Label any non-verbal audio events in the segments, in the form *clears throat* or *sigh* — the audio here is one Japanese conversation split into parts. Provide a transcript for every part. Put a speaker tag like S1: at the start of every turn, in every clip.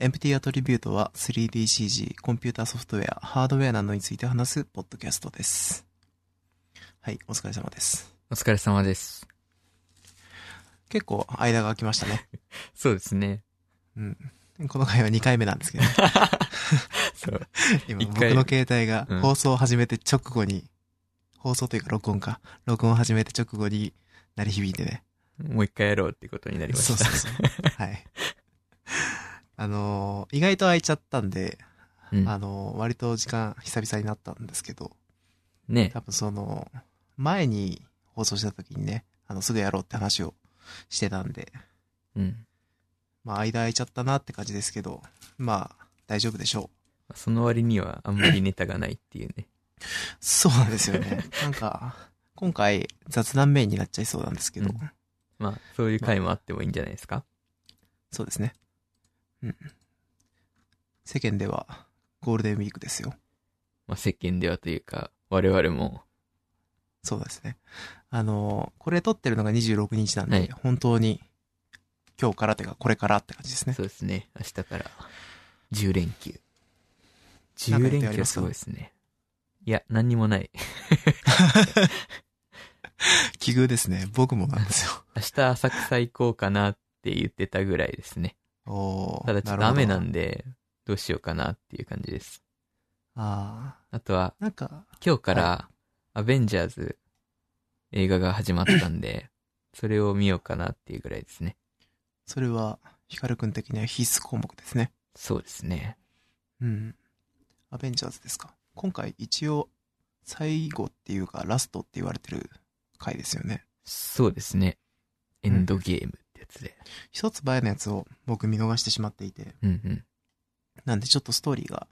S1: エンプティアトリビュートは 3DCG、コンピューターソフトウェア、ハードウェアなどについて話すポッドキャストです。はい、お疲れ様です。
S2: お疲れ様です。
S1: 結構間が空きましたね。
S2: そうですね。
S1: うん。この回は2回目なんですけど、
S2: *laughs* そう。
S1: 今
S2: 一
S1: 僕
S2: 回
S1: の携帯が
S2: うん
S1: 放送を始めて直後に、放送というか録音か、録音を始めて直後に鳴り響いてね。
S2: もう一回やろうってことになりま
S1: そうそ
S2: した。
S1: うそう。はい。あのー意外と空いちゃったんで、
S2: うん
S1: あのー割と時間久々になったんですけど、
S2: ね
S1: 多分その、前に放送した時にね、あの、すぐやろうって話をしてたんで、
S2: うん。
S1: まあ、間空いちゃったなって感じですけど、まあ、大丈夫でしょ
S2: その割にはあんまりネタがないっていうね。
S1: う。そうなんですよね。 *laughs* なんか、今回雑談メインになっちゃいそうなんですけど、
S2: うんまあ、そういう回もあってもいいんじゃないですか。
S1: そうですね。うん。世間では、ゴールデンウィークですよ。
S2: まあ、世間ではというか、我々も。
S1: そうですね。あの、これ撮ってるのが26日なんで、
S2: はい
S1: 本当に、今日からてか、これからって感じですね。
S2: そうですね。明日から。10連休。
S1: なんか言って
S2: 10連
S1: あり
S2: 休
S1: ますか
S2: はすごいですね。いや、何にもない。
S1: 奇遇ですね。僕もなんですよ。
S2: 明日浅草行こうかなって言ってたぐらいですね。
S1: おー
S2: ただちょっと雨な
S1: るほど
S2: んで、どうしようかなっていう感じです。
S1: あ
S2: あとは、
S1: ーなんか、
S2: 今日から、アベンジャーズ映画が始まった
S1: *coughs*
S2: んで、それを見ようかなっていうぐらいですね。
S1: それは、ヒカルくん的には必須項目ですね。
S2: そうですね。
S1: うん。アベンジャーズですか。今回一応、最後っていうか、ラストって言われてる回ですよね。
S2: そうですね。エンドゲームってやつで。
S1: 一つ前のやつを僕見逃してしまっていて、
S2: うんうん。
S1: なんでちょっとストーリーが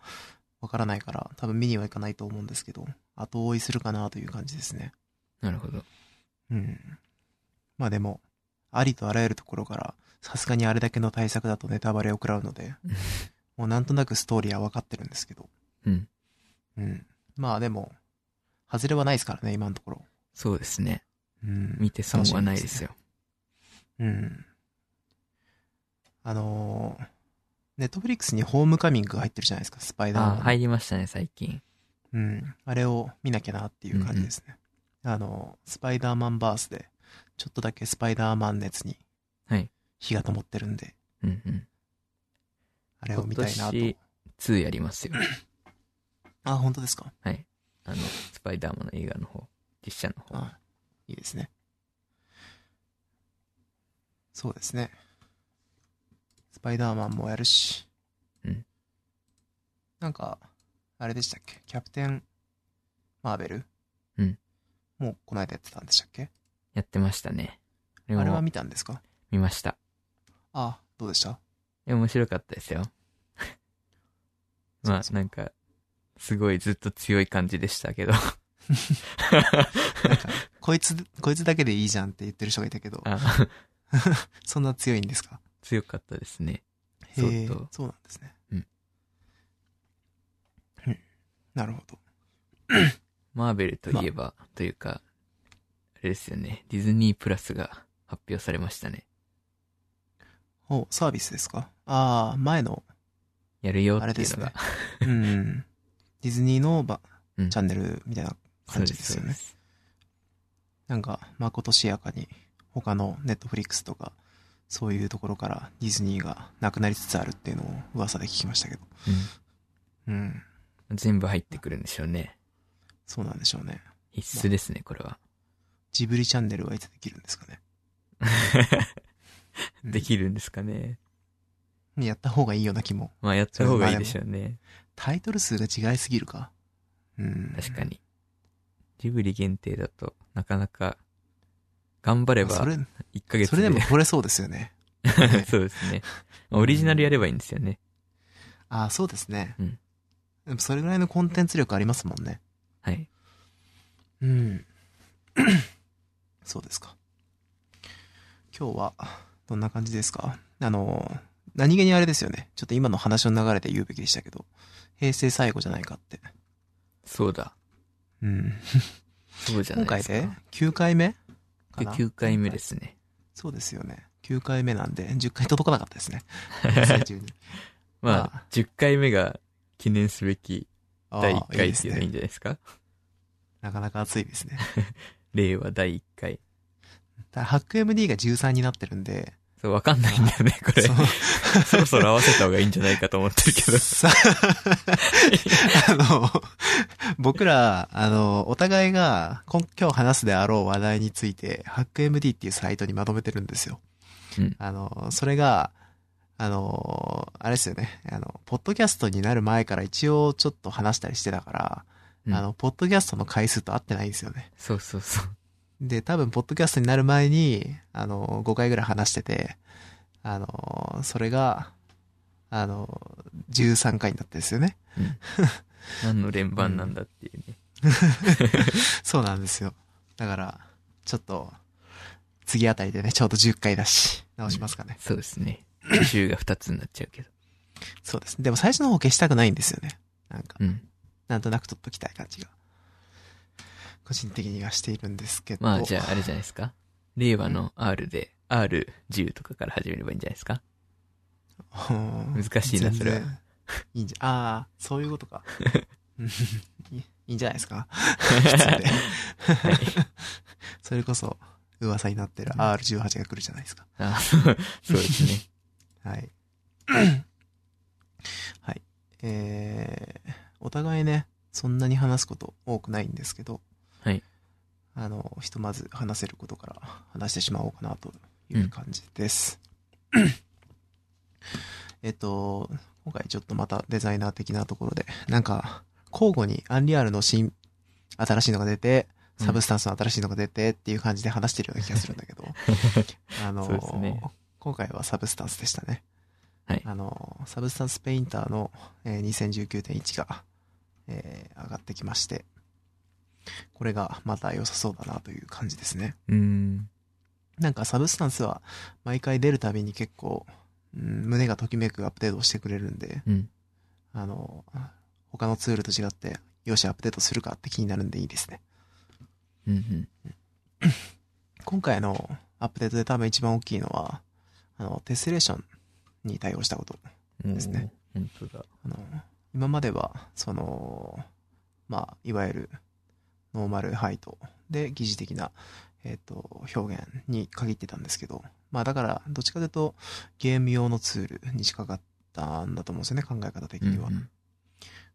S1: わからないから、多分見にはいかないと思うんですけど、後追いするかなという感じですね。
S2: なるほど。
S1: うん。まあでも、ありとあらゆるところから、さすがにあれだけの対策だとネタバレを食らうの
S2: *laughs*
S1: で、もうなんとなくストーリーはわかってるんですけど。
S2: うん。
S1: うん。まあでも、外れはないですからね、今のところ。
S2: そうですね。
S1: うん。
S2: 見て損はないですよ。
S1: うん。あのー、ネットフリックスにホームカミングが入ってるじゃないですか、スパイダーマ
S2: あ
S1: ンの
S2: あ、入りましたね、最近。
S1: うん。あれを見なきゃなっていう感じですね。あの、スパイダーマンバースで、ちょっとだけスパイダーマン熱に、
S2: はい
S1: 火が灯ってるんで、
S2: うんうん。
S1: あれを見たいなと。
S2: 今年2やりますよ。
S1: あ、本当ですか
S2: あの、スパイダーマンの映画の方。実写の方。
S1: あいいですね。そうですね。スパイダーマンもやるし。
S2: うん
S1: なんか、あれでしたっけキャプテン、マーベル
S2: うん。
S1: もうこの間やってたんでしたっけ
S2: やってましたね。あ
S1: あれ
S2: れ
S1: は
S2: も
S1: 見たんですか
S2: 見ました。
S1: あ、どうでした
S2: いや面白かったですよ。まあ、なんか、すごいずっと強い感じでしたけ
S1: *laughs*
S2: ど。
S1: なんか、こいつ、こいつだけでいいじゃんって言ってる人がいたけど、
S2: あ
S1: そんな強いんですか
S2: 強かったですね。
S1: へえ
S2: 相当、
S1: そうなんですね。
S2: うん
S1: うん。なるほど。
S2: マーベルといえば、というか、あれですよね。ディズニープラスが発表されましたね。
S1: お、サービスですかああ、前の、
S2: やるよ
S1: あれ
S2: っ
S1: で
S2: ていう
S1: す
S2: のが *laughs*
S1: ね。。うん。ディズニーのば、
S2: うん
S1: チャンネルみたいな
S2: そう
S1: 感
S2: で
S1: じ
S2: す、
S1: です
S2: そう
S1: よ
S2: で
S1: ね。
S2: す。
S1: なんか、まことしやかに、他のネットフリックスとか、そういうところからディズニーがなくなりつつあるっていうのを噂で聞きましたけど。うん。
S2: うん全部入ってくるんでしょうね。
S1: そうなんでしょうね。
S2: 必須ですね、これは。
S1: ジブリチャンネルはいつできるんですかね。うん
S2: *laughs* できるんですかね。
S1: やった方がいいような気も。
S2: まあ、やった方がいいでしょうね。
S1: タイトル数が違いすぎるか。うん。
S2: 確かに。ジブリ限定だとなかなか、頑張れ
S1: まあ
S2: ば
S1: それ、
S2: 1ヶ月
S1: それでも取れそうですよね。
S2: *laughs* そうですね。まあオリジナルやればいいんですよね。
S1: ああ、そうですね。
S2: うん
S1: でもそれぐらいのコンテンツ力ありますもんね。
S2: はい。
S1: うん。 *coughs* そうですか。今日は、どんな感じですかあの、何気にあれですよね。ちょっと今の話の流れで言うべきでしたけど、平成最後じゃないかって。
S2: そうだ。
S1: うん。
S2: そうじゃな
S1: 今
S2: いで
S1: 回
S2: すか。
S1: で9回目かな
S2: 9回目ですね。
S1: *laughs* そうですよね。9回目なんで、10回届かなかったですね。平成中に。
S2: まあ、10回目が記念すべき
S1: あ
S2: 第
S1: あー、いい
S2: 1回
S1: で
S2: っ
S1: す
S2: ていうのいい
S1: ね。
S2: んじゃないですか
S1: なかなか熱いですね。 *laughs*
S2: 令和第1回。
S1: ただ、ハック MD が13になってるん *laughs* で、
S2: そう、わかんないんだよね、これ。
S1: その
S2: そろそろ合わせた方がいいんじゃないかと思ってる *laughs* けど。
S1: さあの、僕ら、あの、お互いが今今日話すであろう話題について、HackMD っていうサイトにまとめてるんですよ。
S2: うん
S1: あの、それが、あの、あれですよね、あの、ポッドキャストになる前から一応ちょっと話したりしてたから、
S2: うん
S1: あの、ポッドキャストの回数と合ってないんですよね。
S2: そうそうそう。
S1: で、多分、ポッドキャストになる前に、あの、5回ぐらい話してて、あの、それが、あの、13回になったんですよね。
S2: 何の連番なんだっていうね。
S1: そうなんですよ。だから、ちょっと、次あたりでね、ちょうど10回だし、直しますかね。
S2: そうですね。週が2つになっちゃうけど。
S1: そうですね。でも最初の方消したくないんですよね。なんか、
S2: うん。
S1: なんとなく取っときたい感じが。個人的にはしているんですけど。
S2: まあ、じゃあ、あれじゃないですか。令和の R で、R10 とかから始めればいいんじゃないです *laughs* か
S1: あ、
S2: 難しいな
S1: 全
S2: それは
S1: 然いいんじゃ、ああ、そういう
S2: *laughs*
S1: ことか。うんいいいんじゃないですか。
S2: はい。
S1: *laughs* それこそ、噂になってる R18 が来るじゃないですか。
S2: あそうそうですね。 *coughs*
S1: はい。はい。えー、お互いね、そんなに話すこと多くないんですけど、
S2: はい。
S1: あの、ひとまず話せることから話してしまおうかなという感じです。えっと、今回ちょっとまたデザイナー的なところで、なんか、交互にアンリアルの新、新しいのが出て、サブスタンスの新しいのが出てっていう感じで話してるような気がするんだけど、あの、
S2: そうですね
S1: 今回はサブスタンスでしたね。
S2: はい
S1: あの、サブスタンスペインターの、えー2019.1が、えー上がってきまして、これがまた良さそうだなという感じですね。
S2: うーん。
S1: なんかサブスタンスは毎回出るたびに結構、うん胸がときめくアップデートをしてくれるんで、
S2: うん。
S1: あの、他のツールと違って、よし、アップデートするかって気になるんでいいですね。
S2: うんうん。
S1: 今回のアップデートで多分一番大きいのは、あの、テスレーションに対応したこと。
S2: おー
S1: ですね。
S2: 本当だ。
S1: あの、今までは、その、まあ、いわゆる、ノーマルハイトで疑似的な、えっ、と、表現に限ってたんですけど、まあ、だから、どっちかというと、ゲーム用のツールに近かったんだと思うんですよね、考え方的
S2: うんう
S1: には。
S2: ん。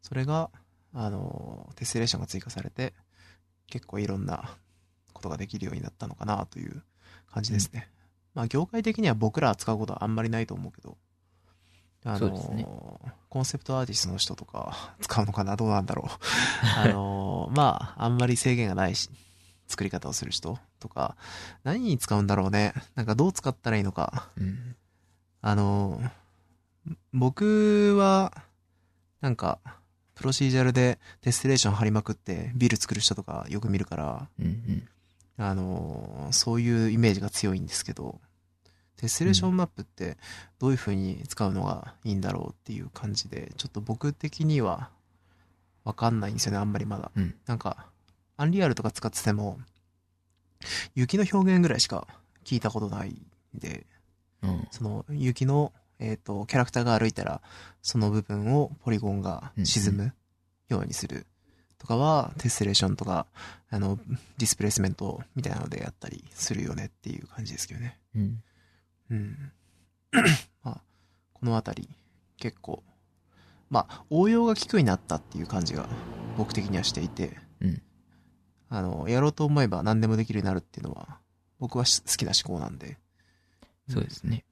S1: それが、あの、テスレーションが追加されて、結構いろんなことができるようになったのかなという感じですね。まあ、業界的には僕らは使うことはあんまりないと思うけど、あ
S2: そう
S1: の、
S2: ですね
S1: コンセプトアーティストの人とか使うのかなどうなんだろう。あの、まあ、あんまり制限がないし、作り方をする人とか、何に使うんだろうね。なんかどう使ったらいいのか、
S2: うん。
S1: あの、僕は、なんか、プロシージャルでデステレーション貼りまくってビール作る人とかよく見るから、
S2: うんうん。
S1: あの、そういうイメージが強いんですけど、デステレーションマップってどういう風に使うのがいいんだろうっていう感じで、ちょっと僕的にはわかんないんですよね、あんまりまだ。
S2: うん
S1: なんか、アンリアルとか使ってても、雪の表現ぐらいしか聞いたことないんで、
S2: うん。
S1: その雪の、えっとキャラクターが歩いたらその部分をポリゴンが沈むようにするとかは、テスレーションとかあのディスプレイスメントみたいなのでやったりするよねっていう感じですけどね。
S2: うん。
S1: うん。 *coughs* まあ、このあたり結構、まあ、応用が効くようになったっていう感じが僕的にはしていて、
S2: うん
S1: あの、やろうと思えば何でもできるようになるっていうのは僕はし好きな思考なんで。
S2: そうですね。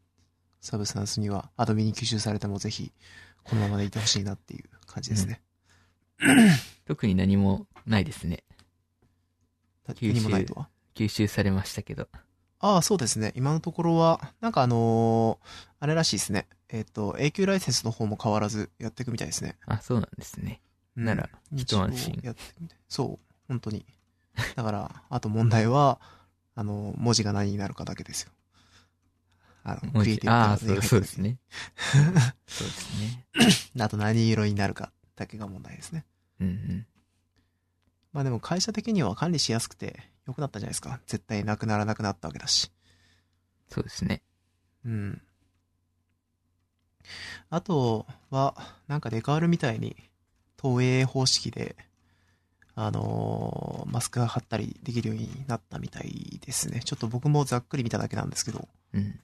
S1: サブスタンスにはアドビに吸収されてもぜひこのままでいてほしいなっていう感じですね。
S2: 特に何もないですね。
S1: だ
S2: 吸収
S1: 何もないとは。
S2: 吸収されましたけど。
S1: ああ、そうですね。今のところは、なんかあのーあれらしいですね。えっ、と、永久ライセンスの方も変わらずやっていくみたいですね。
S2: あ、そうなんですね。
S1: うん
S2: なら、一安心
S1: 一応やってみたい。そう、本当に。だから、あと問題は、あの、文字が何になるかだけですよ。あの、
S2: 文
S1: クリエイ
S2: 字
S1: ティブ
S2: ああ、
S1: ク
S2: そ
S1: ラウドに入っ
S2: う
S1: て
S2: そう
S1: る
S2: ですね。 *laughs* そうですね。
S1: あと何色になるかだけが問題ですね。
S2: うんうん。
S1: まあでも会社的には管理しやすくて良くなったじゃないですか。絶対なくならなくなったわけだし。
S2: そうですね。
S1: うん。あとは、なんかデカールみたいに、投影方式で、あのーマスクが貼ったりできるようになったみたいですね。ちょっと僕もざっくり見ただけなんですけど、
S2: うん。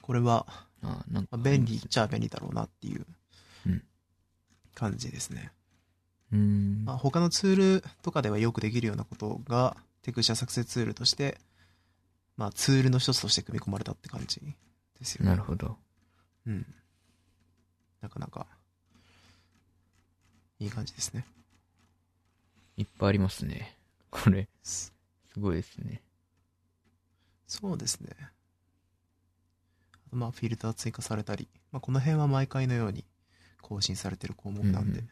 S1: これは、
S2: ああ、なんか。
S1: まあ便利っちゃ便利だろうなっていう
S2: うん
S1: 感じですね。
S2: うーん。
S1: まあ、他のツールとかではよくできるようなことが、テクスチャ作成ツールとして、まあツールの一つとして組み込まれたって感じですよね。
S2: なるほど。
S1: うん。なかなか、いい感じですね。
S2: いっぱいありますね。これ、
S1: す
S2: すごいですね。
S1: そうですね。あとまあ、フィルター追加されたり、まあ、この辺は毎回のように更新されてる項目なんで。
S2: うんうん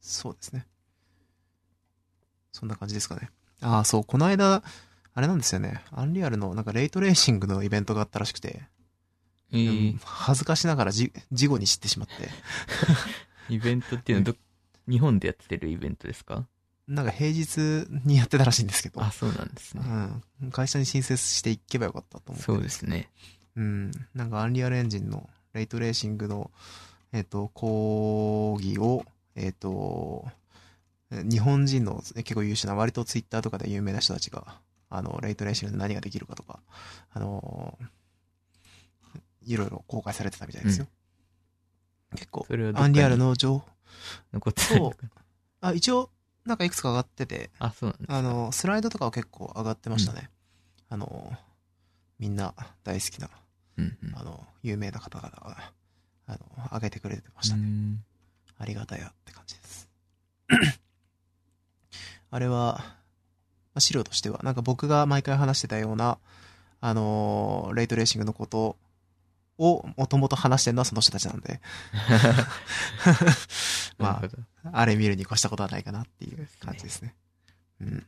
S1: そうですね。そんな感じですかね。ああ、そう、この間、あれなんですよね。アンリアルの、なんか、レイトレーシングのイベントがあったらしくて、
S2: ええ
S1: うん恥ずかしながらじ、事後に知ってしまって、
S2: イベントっていうのはど、日本でやってるイベントですか
S1: なんか平日にやってたらしいんですけど、
S2: あ、そうなんですね。
S1: うん、会社に申請していけばよかったと思って。
S2: そうですね。
S1: うん。なんか、アンリアルエンジンの、レイトレーシングの、えっ、と、講義を、えっ、と、日本人のえ結構優秀な、割とツイッターとかで有名な人たちが、あの、レイトレーシングで何ができるかとか、あのいろいろ公開されてたみたいですよ。結構
S2: それは、ど
S1: ア
S2: っか
S1: ン
S2: に
S1: リアルの情報、
S2: 残って *laughs* ないのかな
S1: あ、一応、なんかいくつか上がってて、
S2: あ、そうなんです
S1: あの、スライドとかは結構上がってましたね。あの、みんな大好きな、
S2: うんうん
S1: あの、有名な方々が、あの、上げてくれてまし
S2: う
S1: たね。
S2: ん。
S1: ありがたやって感じです。 *coughs* あれは、まあ資料としては、なんか僕が毎回話してたような、あのーレイトレーシングのことを、もともと話してるのはその人たちなん
S2: *laughs*
S1: で、 *laughs* まあ
S2: なるほど。
S1: あれ見るに越したことはないかなっていう感じですね。うん。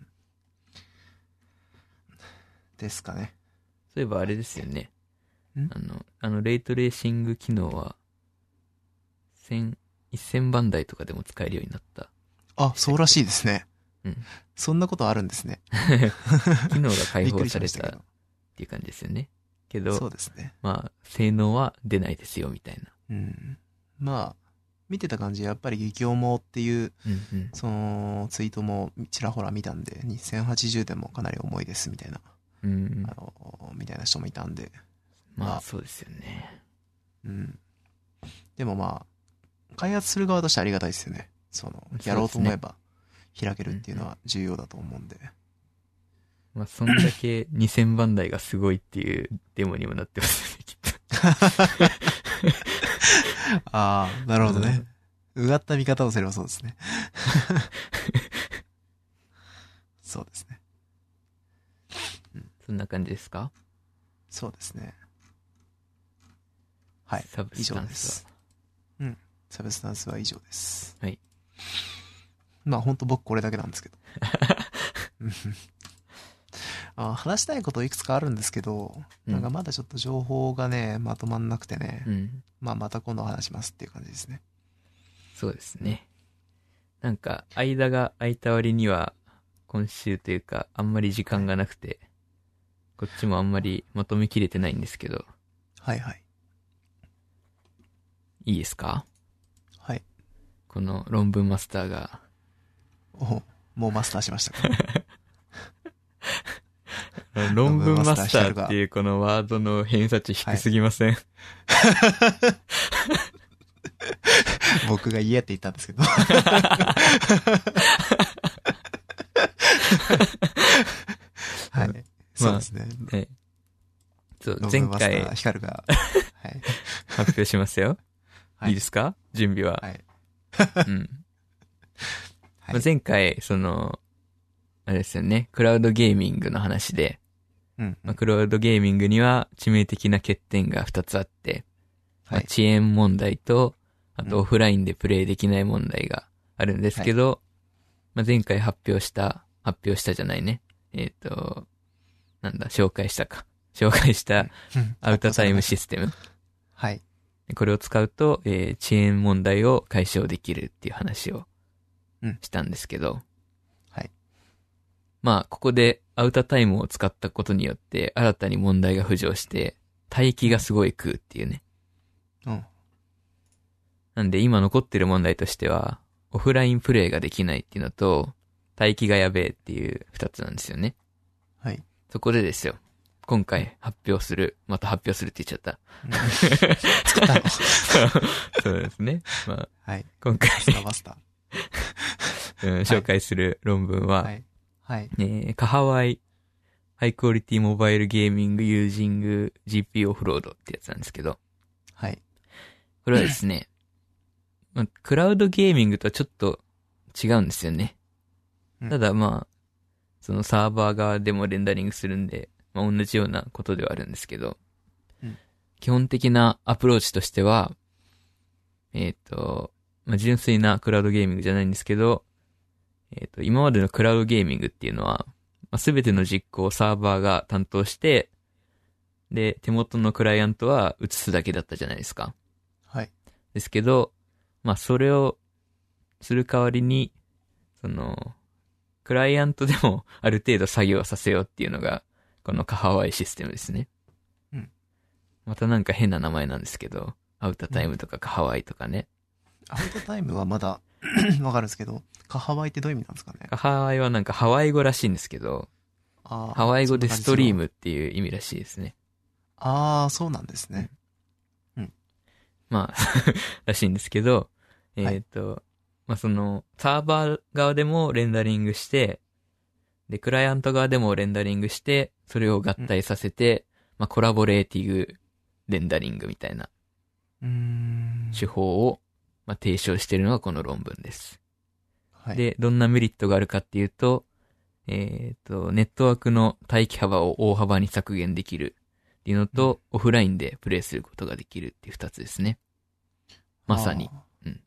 S1: ですかね。
S2: そういえばあれですよね。
S1: ん
S2: あの、あの、レイトレーシング機能は、千、一千番台とかでも使えるように
S1: *laughs*
S2: なった。
S1: あ、そうらしいですね。
S2: うん
S1: そんなことあるんですね。
S2: 機能が解
S1: びっく
S2: 放
S1: りし
S2: さ
S1: ま
S2: れ
S1: した
S2: た
S1: け
S2: っ
S1: ど。
S2: ていう感じですよね。け
S1: そ
S2: ど、
S1: うですね。
S2: まあ、性能は出ないですよ、みたいな。
S1: うん。まあ、見てた感じ、やっぱり激おもっていう、
S2: うんうん。
S1: その、ツイートもちらほら見たんで、2080でもかなり重いですみたいな、
S2: うん
S1: あの、みたいな人もいたんで、
S2: まあ、そうですよね。
S1: うん。でもまあ、開発する側としてはありがたいですよね。その
S2: そうで、すね
S1: やろうと思えば開けるっていうのは重要だと思うんで。
S2: まあ、そんだけ2000番台がすごいっていうデモにもなってますね、きっと。
S1: ああ、なるほどね。うがった見方をすればそうです
S2: *laughs*
S1: ね。そうですね。
S2: そんな感じですか
S1: そうですね。はい。
S2: サブ
S1: 以
S2: スタ
S1: 上
S2: ン
S1: で
S2: ス
S1: す。うん。サブスタンスは以上です。
S2: はい。
S1: まあ本当僕これだけなん
S2: *laughs*
S1: ですけど。うんあ話したいこといくつかあるんですけど、
S2: うん
S1: なんかまだちょっと情報がね、まとまんなくてね、
S2: は。うん。
S1: まあまた今度話しますっていう感じですね。
S2: そうですね。なんか、間が空いた割には、今週というか、あんまり時間がなくて、こっちもあんまりまとめきれてないんですけど、
S1: はいはい。
S2: いいですか
S1: はい。
S2: この論文マスターが、
S1: おもうマスターしましたか。文
S2: 論文
S1: マ
S2: マ
S1: ス
S2: ス
S1: タ
S2: タ
S1: ー
S2: ーっていうこのワードの偏差値低すぎません、
S1: 僕が嫌って言ったんですけ
S2: *laughs*
S1: ど。はい。そうですね。
S2: はいそう、
S1: ロ
S2: 前
S1: ブマスター
S2: 回
S1: ヒカルが。はい。。
S2: 発表しますよ
S1: はい
S2: い、いですか準備は。
S1: *laughs* はい。
S2: うん。
S1: はい
S2: まあ前回、その、あれですよね、クラウドゲーミングの話で、
S1: うん。
S2: まあ、クラウドゲーミングには致命的な欠点が2つあって、ま
S1: は
S2: あ
S1: い。
S2: 遅延問題と、あ
S1: うん
S2: とオフラインでプレイできない問題があるんですけど、まあ、前回発表した、発表したじゃないね。えっ、と、なんだ、紹介したか。紹介したアウタータイムシステム。
S1: はい。
S2: これを使うと、えー遅延問題を解消できるっていう話を
S1: うん
S2: したんですけど、
S1: はい。
S2: まあ、ここでアウタータイムを使ったことによって、新たに問題が浮上して、大液がすごい食うっていうね。 *laughs*
S1: うん。
S2: なんで今残ってる問題としては、オフラインプレイができないっていうのと、待機がやべえっていう二つなんですよね。
S1: はい。
S2: そこでですよ。今回発表する、また発表するって言っちゃっ
S1: 作ったの。 *laughs*
S2: た。そうですね。まあ、
S1: はい。
S2: 今回、
S1: スタバスタ。
S2: うん紹介する論文は、
S1: はい。はい。
S2: えーカハワイ、ハイクオリティモバイルゲーミングユージング GP オフロードってやつなんですけど、
S1: はい。
S2: これはですね、まあ、クラウドゲーミングとはちょっと違うんですよね
S1: う。ん
S2: ただまあ、そのサーバー側でもレンダリングするんで、まあ同じようなことではあるんですけど
S1: うん、
S2: 基本的なアプローチとしては、えっ、と、まあ純粋なクラウドゲーミングじゃないんですけど、えっ、と、今までのクラウドゲーミングっていうのは、まあ、全ての実行をサーバーが担当して、で、手元のクライアントは移すだけだったじゃないですか。
S1: はい。
S2: ですけど、まあそれをする代わりに、その、クライアントでも *laughs* ある程度作業させようっていうのが、このカハワイシステムですね。
S1: うん。
S2: またなんか変な名前なんですけど、アウタータイムとかカハワイとかね。
S1: アウトタイムはまだ *clears throat* わかるんですけど、カハワイってどういう意味なんですかね
S2: カハワイはなんかハワイ語らしいんですけど、
S1: あー
S2: ハワイ語でストリー。
S1: そんな感じする
S2: ムっていう意味らしいですね。
S1: ああ、そうなんですね。
S2: まあ、 *laughs* らしいんですけど、え
S1: はい
S2: ーっ、と、まあその、サーバー側でもレンダリングして、で、クライアント側でもレンダリングして、それを合体させて、まあコラボレーティングレンダリングみたいな
S1: うーん。
S2: 手法を、まあ提唱しているのがこの論文です。
S1: はい。
S2: で、どんなメリットがあるかっていうと、えーっ、と、ネットワークの待機幅を大幅に削減できるっていうのと、オフラインでプレイすることができるっていう二つですね。まさに。
S1: あ
S2: うん
S1: ー。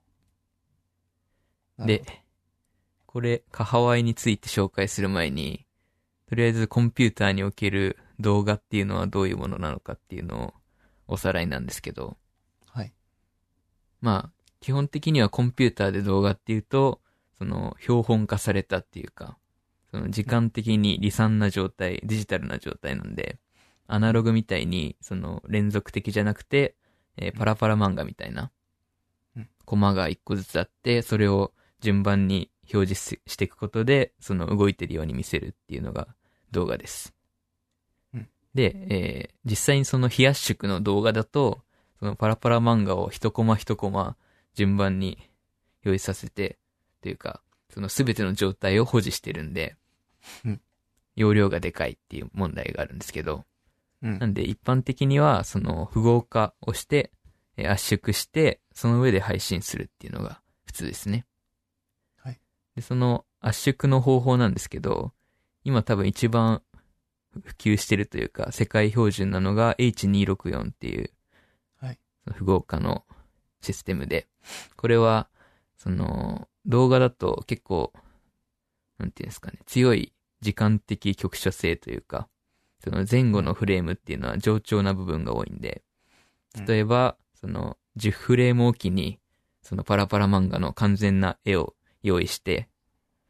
S1: なる
S2: で、これ、カハワイについて紹介する前に、とりあえずコンピューターにおける動画っていうのはどういうものなのかっていうのをおさらいなんですけど、
S1: ほど、はい。
S2: まあ、基本的にはコンピューターで動画っていうと、その、標本化されたっていうか、その時間的に離散な状態、デジタルな状態なんで、アナログみたいに、その、連続的じゃなくて、えーパラパラ漫画みたいな
S1: うん、
S2: コマが一個ずつあって、それを順番に表示ししていくことで、その、動いてるように見せるっていうのが動画です
S1: うん。
S2: で、えー実際にその非圧縮の動画だと、そのパラパラ漫画を一コマ一コマ順番に用意させて、というか、その全ての状態を保持してるんで
S1: うん、
S2: 容量がでかいっていう問題があるんですけど、
S1: うん
S2: な。んで一般的には、その符号化をして、えー圧縮して、その上で配信するっていうのが普通ですね。
S1: はい。
S2: で、その圧縮の方法なんですけど、今多分一番普及してるというか、世界標準なのが H264 っていう、
S1: はい
S2: その符号化のシステムで、これは、その、動画だと結構、なんていうんですかね、強い時間的局所性というか、その前後のフレームっていうのは冗長な部分が多いんで
S1: うん、
S2: 例えば、その10フレームおきに、そのパラパラ漫画の完全な絵を用意して、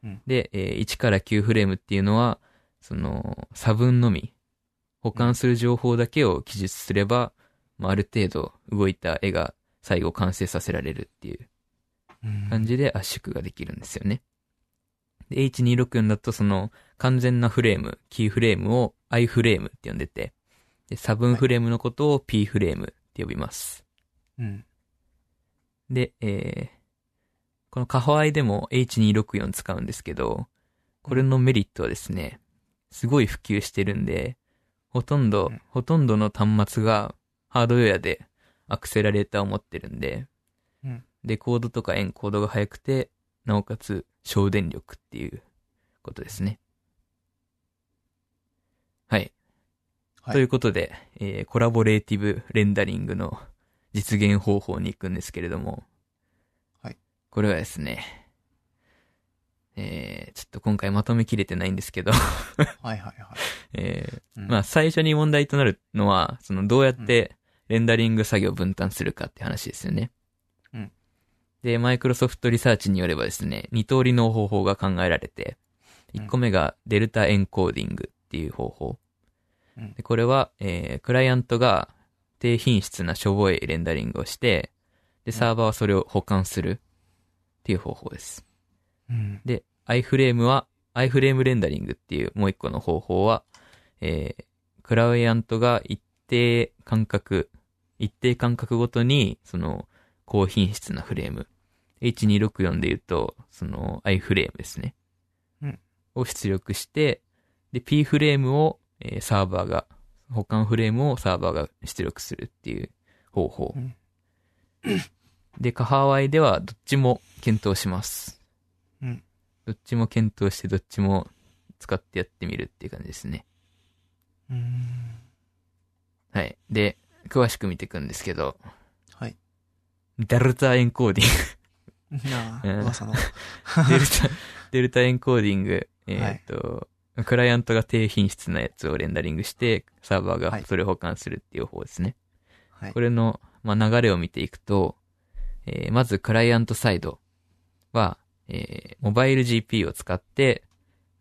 S1: うん
S2: で、えー1から9フレームっていうのは、その差分のみ、保管する情報だけを記述すれば、まあ、ある程度動いた絵が最後完成させられるっていう
S1: うん
S2: 感じで圧縮ができるんですよね。で、H264 だとその完全なフレーム、キーフレームを I フレームって呼んでて、で、差分フレームのことを P フレームって呼びます。
S1: うん。
S2: で、えー、このカハワイでも H264 使うんですけど、これのメリットはですね、すごい普及してるんで、ほとんど、
S1: うん
S2: ほとんどの端末がハードウェアでアクセラレーターを持ってるんで、
S1: うん
S2: レコードとかエンコードが速くて、なおかつ省電力っていうことですね。はい。
S1: はい
S2: ということで、えーコラボレーティブレンダリングの実現方法に行くんですけれども、
S1: はい。
S2: これはですね、えー、ちょっと今回まとめきれてないんですけど、 *laughs*
S1: はいはいはい。
S2: えー、
S1: うん
S2: まあ、最初に問題となるのは、そのどうやってレンダリング作業を分担するかって話ですよね。
S1: うん
S2: で、マイクロソフトリサーチによればですね、2通りの方法が考えられて、
S1: うん
S2: 1個目がデルタエンコーディングっていう方法。
S1: うん
S2: でこれは、えークライアントが低品質なしょぼいレンダリングをして、で、サーバーはそれを保管するっていう方法です。
S1: うん。
S2: で、iFrame は、iFrame レンダリングっていうもう一個の方法は、えー、クライアントが一定間隔、一定間隔ごとに、その、高品質なフレーム。H264 で言うと、その iFrame ですね。
S1: うん
S2: を出力して、で、P フレームを、えーサーバーが、保管フレームをサーバーが出力するっていう方法。
S1: うん
S2: で、カハワイではどっちも検討します。
S1: うん
S2: どっちも検討して、どっちも使ってやってみるっていう感じですね。
S1: うん。
S2: はい。で、詳しく見ていくんですけど、
S1: はい。
S2: デルタエンコー
S1: *laughs*
S2: ディン
S1: なあ、
S2: うん
S1: 噂
S2: *laughs*
S1: の。
S2: グ。デルタ、デルタエンコーディング。えーっ、と、クライアントが低品質なやつをレンダリングして、サーバー
S1: は
S2: が
S1: い
S2: それを保管するっていう方法ですね。
S1: はい
S2: こ。れの、まあ、流れを見ていくと、えーまずクライアントサイドは、えーモバイル GP を使って、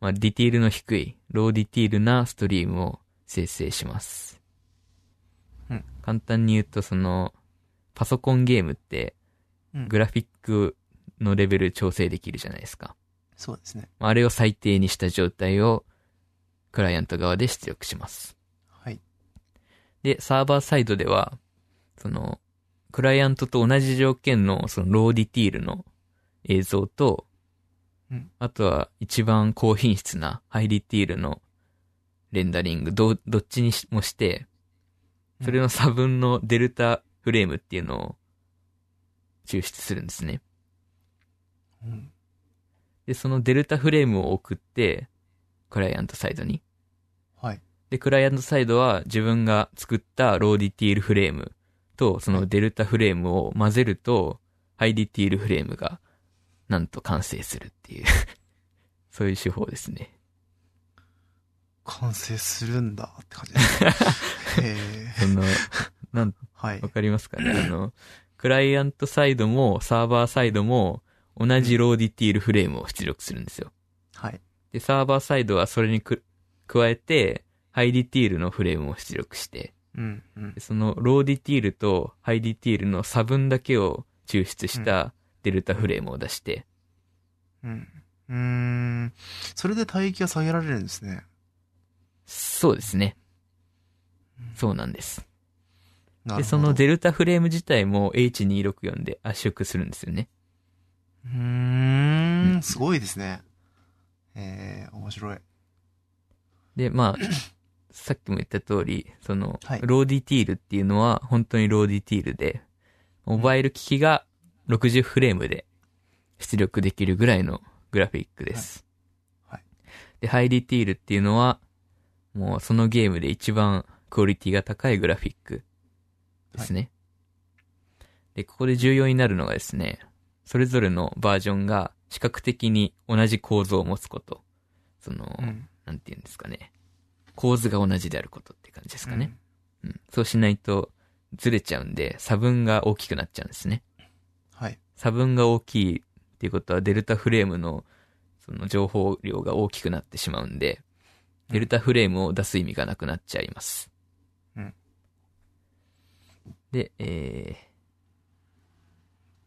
S2: まあ、ディティールの低い、ローディティールなストリームを生成します。
S1: うん
S2: 簡単に言うと、その、パソコンゲームって、
S1: うん
S2: グラフィックのレベル調整できるじゃないですか。
S1: そうですね。
S2: あれを最低にした状態を、クライアント側で出力します。
S1: はい。
S2: で、サーバーサイドでは、その、クライアントと同じ条件の、その、ローディティールの映像と、
S1: うん
S2: あとは一番高品質なハイディティールのレンダリング、ど、どっちにしもして、それの差分のデルタフレームっていうのを抽出するんですね。
S1: うん。
S2: で、そのデルタフレームを送って、クライアントサイドに。
S1: はい。
S2: で、クライアントサイドは自分が作ったローディティールフレームとそのデルタフレームを混ぜると、ハイディティールフレームがなんと完成するっていう、 *laughs* そういう手法ですね。
S1: 完成するんだって感じですね。
S2: *laughs*
S1: へえ。
S2: その、なん、
S1: はい
S2: わ。かりますかねあの、クライアントサイドもサーバーサイドも同じローディティールフレームを出力するんですよ。
S1: はい。
S2: で、サーバーサイドはそれにく加えて、ハイディティールのフレームを出力して、
S1: うん。うん。
S2: そのローディティールとハイディティールの差分だけを抽出したデルタフレームを出して、
S1: うん。うーん。それで帯域が下げられるんですね。
S2: そうですね。
S1: うん
S2: そうなんです。
S1: な
S2: で、
S1: るほ
S2: そ
S1: ど
S2: のデルタフレーム自体も H264 で圧縮するんですよね。
S1: うー、
S2: うんん
S1: すごいですね。えー、面白い。
S2: で、まあ、さっきも言った通り、その
S1: はい、
S2: ローディティールっていうのは本当にローディティールで、モバイル機器が60フレームで出力できるぐらいのグラフィックです。
S1: はいはい
S2: で、ハイディティールっていうのは、もうそのゲームで一番クオリティが高いグラフィックですね。で、ここで重要になるのがですね、それぞれのバージョンが視覚的に同じ構造を持つこと。その、
S1: うん。
S2: なんて言うんですかね。構図が同じであることって感じですかね。うん。そうしないと、ずれちゃうんで、差分が大きくなっちゃうんですね。
S1: はい。
S2: 差分が大きいっていうことは、デルタフレームの、その情報量が大きくなってしまうんで、
S1: うん
S2: デルタフレームを出す意味がなくなっちゃいます。
S1: うん
S2: で、え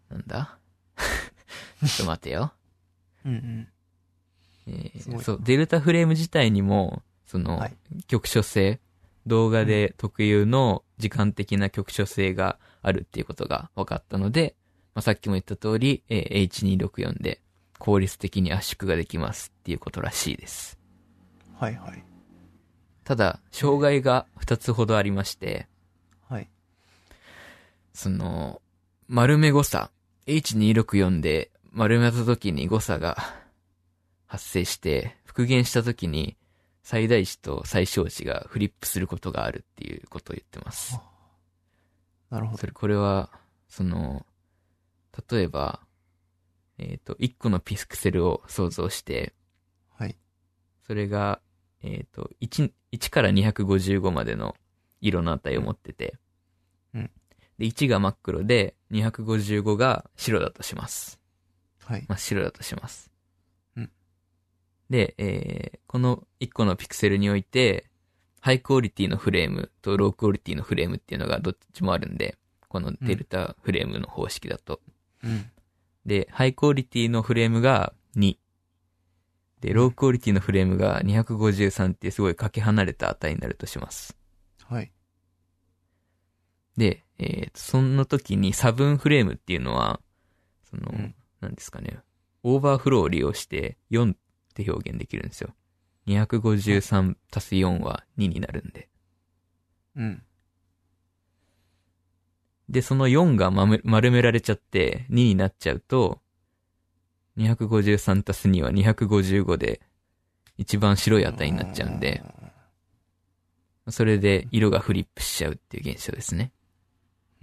S2: ー、なんだ *laughs* ちょっと待てよ。
S1: うんうん。
S2: えー
S1: すごい
S2: そう、デルタフレーム自体にも、その、
S1: はい
S2: 局所性、動画で特有の時間的な局所性があるっていうことが分かったので、まあ、さっきも言った通り、えー H264 で効率的に圧縮ができますっていうことらしいです。
S1: はいはい。
S2: ただ、障害が2つほどありまして、
S1: はい。
S2: その、丸め誤差、H264 で丸めた時に誤差が *laughs* 発生して、復元した時に最大値と最小値がフリップすることがあるっていうことを言ってます。
S1: なるほ
S2: そ
S1: ど。
S2: れ、これは、その、例えば、えっ、と、1個のピクセルを想像して、
S1: はい。
S2: それが、えっ、と、1、1から255までの色の値を持ってて、
S1: うん
S2: で、1が真っ黒で、255が白だとします。
S1: はい。
S2: 真っ白だとします。
S1: うん
S2: で、えーこの1個のピクセルにおいて、ハイクオリティのフレームとロークオリティのフレームっていうのがどっちもあるんで、このデルタフレームの方式だと。
S1: うん。
S2: で、ハイクオリティのフレームが2。で、ロークオリティのフレームが253っていうすごいかけ離れた値になるとします。
S1: はい。
S2: で、えーと、その時に差分フレームっていうのは、その、
S1: うん
S2: なんですかね、オーバーフローを利用して4って表現できるんですよ。253足す4は2になるんで。
S1: うん。
S2: で、その4がまめ丸められちゃって2になっちゃうと、253足す2は255で、一番白い値になっちゃうんで、それで色がフリップしちゃうっていう現象ですね。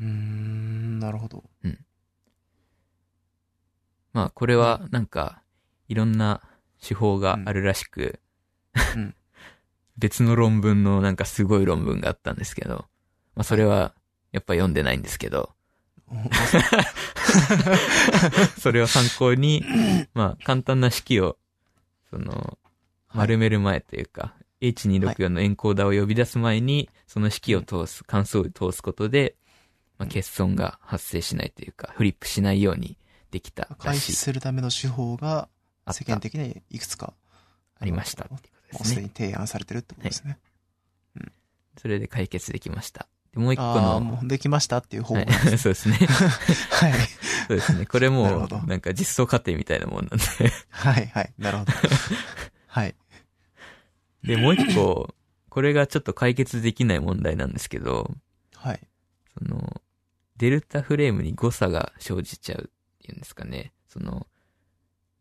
S1: うーん、なるほ
S2: *laughs*
S1: ど。
S2: まあ、これはなんか、いろんな手法があるらしく、
S1: うん
S2: *laughs* 別の論文のなんかすごい論文があったんですけど、まあ、それは、やっぱ読んでないんですけど、
S1: おあそう *laughs*
S2: それを参考に、まあ、簡単な式を、その、丸める前というか、H264 のエンコーダーを呼び出す前に、その式を通す、関数を通すことで、まあ、欠損が発生しないというか、フリップしないようにできたら
S1: 回避
S2: しい。
S1: するための手法が
S2: あっ
S1: 世
S2: た
S1: 間的にいくつか
S2: ありましたっていうこ
S1: も
S2: と
S1: う
S2: です
S1: すで
S2: ね。
S1: に提案されてるってことですね。
S2: それで解決できました。でもう一個
S1: ああ、も
S2: の、
S1: うできましたっていう方法。
S2: は
S1: はい
S2: い。 *laughs* そ
S1: *laughs*
S2: うですね。
S1: はい。
S2: そうですね。これ
S1: なる
S2: も
S1: ほど
S2: う、なんか実装過程みたいなもんなんで。
S1: はい、はい。なるほど。はい。
S2: で、もう一個、これがちょっと解決できない問題なんですけど、
S1: はい。
S2: その、デルタフレームに誤差が生じちゃうっていうんですかね。その、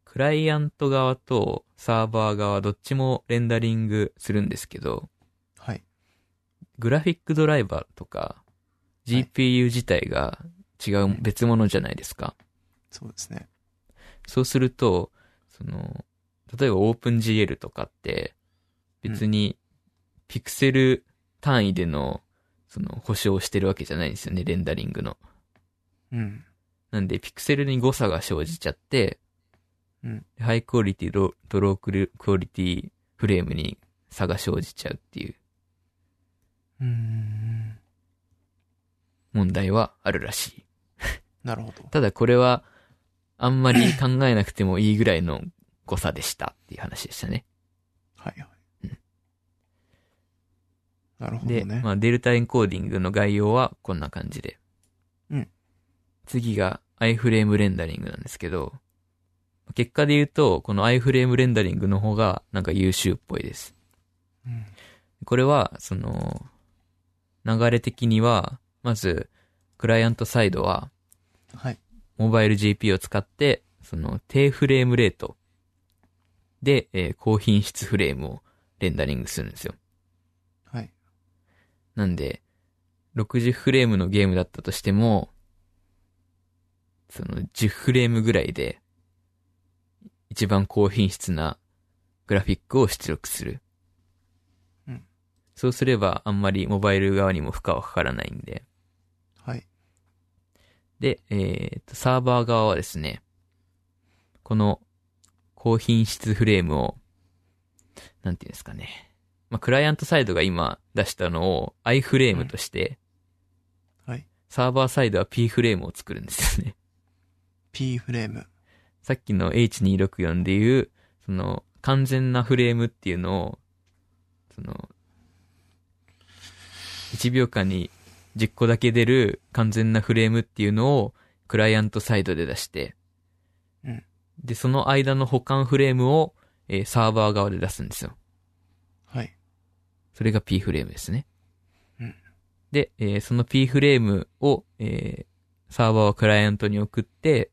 S2: クライアント側とサーバー側どっちもレンダリングするんですけど、
S1: はい。
S2: グラフィックドライバーとか
S1: い
S2: GPU 自体が違う別物じゃないですか。
S1: そうですね。
S2: そうすると、その、例えば OpenGL とかって別にピクセル単位でのその保証をしてるわけじゃないんですよね、レンダリングの。
S1: うん。
S2: なんで、ピクセルに誤差が生じちゃって、
S1: うん
S2: ハイクオリティロとロークルクオリティフレームに差が生じちゃうっていう
S1: うーん。
S2: 問題はあるらしい。
S1: なるほど。
S2: ただこれは、あんまり考えなくてもいいぐらいの誤差でしたっていう話でしたね。
S1: はい、は
S2: う
S1: い。なるほど
S2: で、
S1: ね。
S2: まあ、デルタエンコーディングの概要はこんな感じで。
S1: うん
S2: 次が iFrame レンダリングなんですけど、結果で言うと、この iFrame レンダリングの方がなんか優秀っぽいです。
S1: うん
S2: これは、その、流れ的には、まず、クライアントサイドは、
S1: はい。
S2: モバイル GP を使って、その、低フレームレートで、えー高品質フレームをレンダリングするんですよ。
S1: はい。
S2: なんで、60フレームのゲームだったとしても、その、10フレームぐらいで、一番高品質なグラフィックを出力する。
S1: うん
S2: そうすれば、あんまりモバイル側にも負荷はかからないんで。
S1: はい。
S2: で、えーと、サーバー側はですね、この高品質フレームを、なんていうんですかね。まあ、クライアントサイドが今出したのを i フレームとして、
S1: はい。
S2: サーバーサイドは p フレームを作るんですよね。
S1: P フレーム。
S2: さっきの h264 でいう、その、完全なフレームっていうのを、その、1秒間に10個だけ出る完全なフレームっていうのを、クライアントサイドで出して、
S1: うん
S2: で、その間の保管フレームを、えーサーバー側で出すんですよ。
S1: はい。
S2: それが P フレームですね。
S1: うん
S2: で、えーその P フレームを、えーサーバーをクライアントに送って、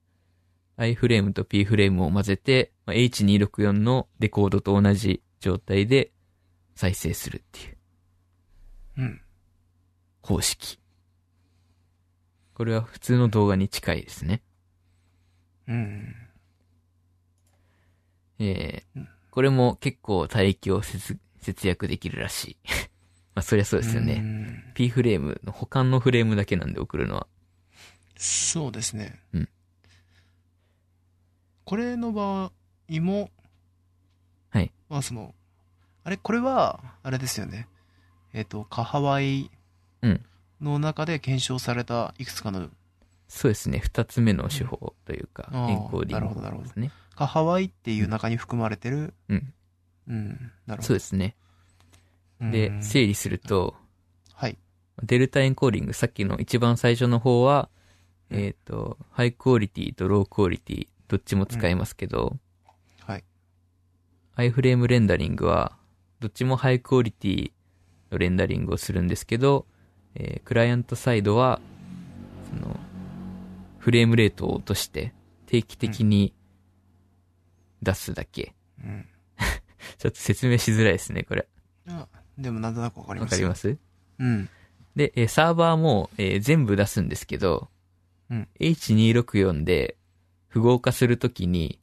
S2: i フレームと P フレームを混ぜて、まあ H264 のデコードと同じ状態で再生するっていう
S1: うん。
S2: 方式。これは普通の動画に近いですね。
S1: うん。
S2: えー
S1: うん
S2: これも結構帯域を節節約できるらしい。 *laughs* まあそりゃそうですよ
S1: う
S2: ね。
S1: ん
S2: P フレームの保管のフレームだけなんで送るのは。
S1: そうですね。
S2: うん
S1: これの場合も、
S2: はい。
S1: まあその、あれ、これは、あれですよね。えっ、と、カハワイ
S2: うん
S1: の中で検証されたいくつかの、
S2: そうですね。二つ目の手法というか、
S1: ああ
S2: エンコーディ
S1: な
S2: ン
S1: る
S2: グ
S1: ほどなるほど
S2: ですね。
S1: カハワイっていう中に含まれてる、
S2: うん。
S1: うん、なるほど。
S2: そうですね。
S1: うん
S2: で、整理すると、
S1: はい。
S2: デルタエンコーディング、さっきの一番最初の方は、
S1: うん
S2: えっ、と、ハイクオリティとロークオリティ、どっちも使えますけど、
S1: はい。
S2: アイフレームレンダリングは、どっちもハイクオリティのレンダリングをするんですけど、えークライアントサイドは、その、フレームレートを落として、定期的に出すだけ。
S1: うん。
S2: ちょっと説明しづらいですね、これ。
S1: あでもなんとなくわかり
S2: わ
S1: ます。
S2: かります
S1: うん。
S2: で、えーサーバーも、えー全部出すんですけど、
S1: うん
S2: H264 で符号化するときに、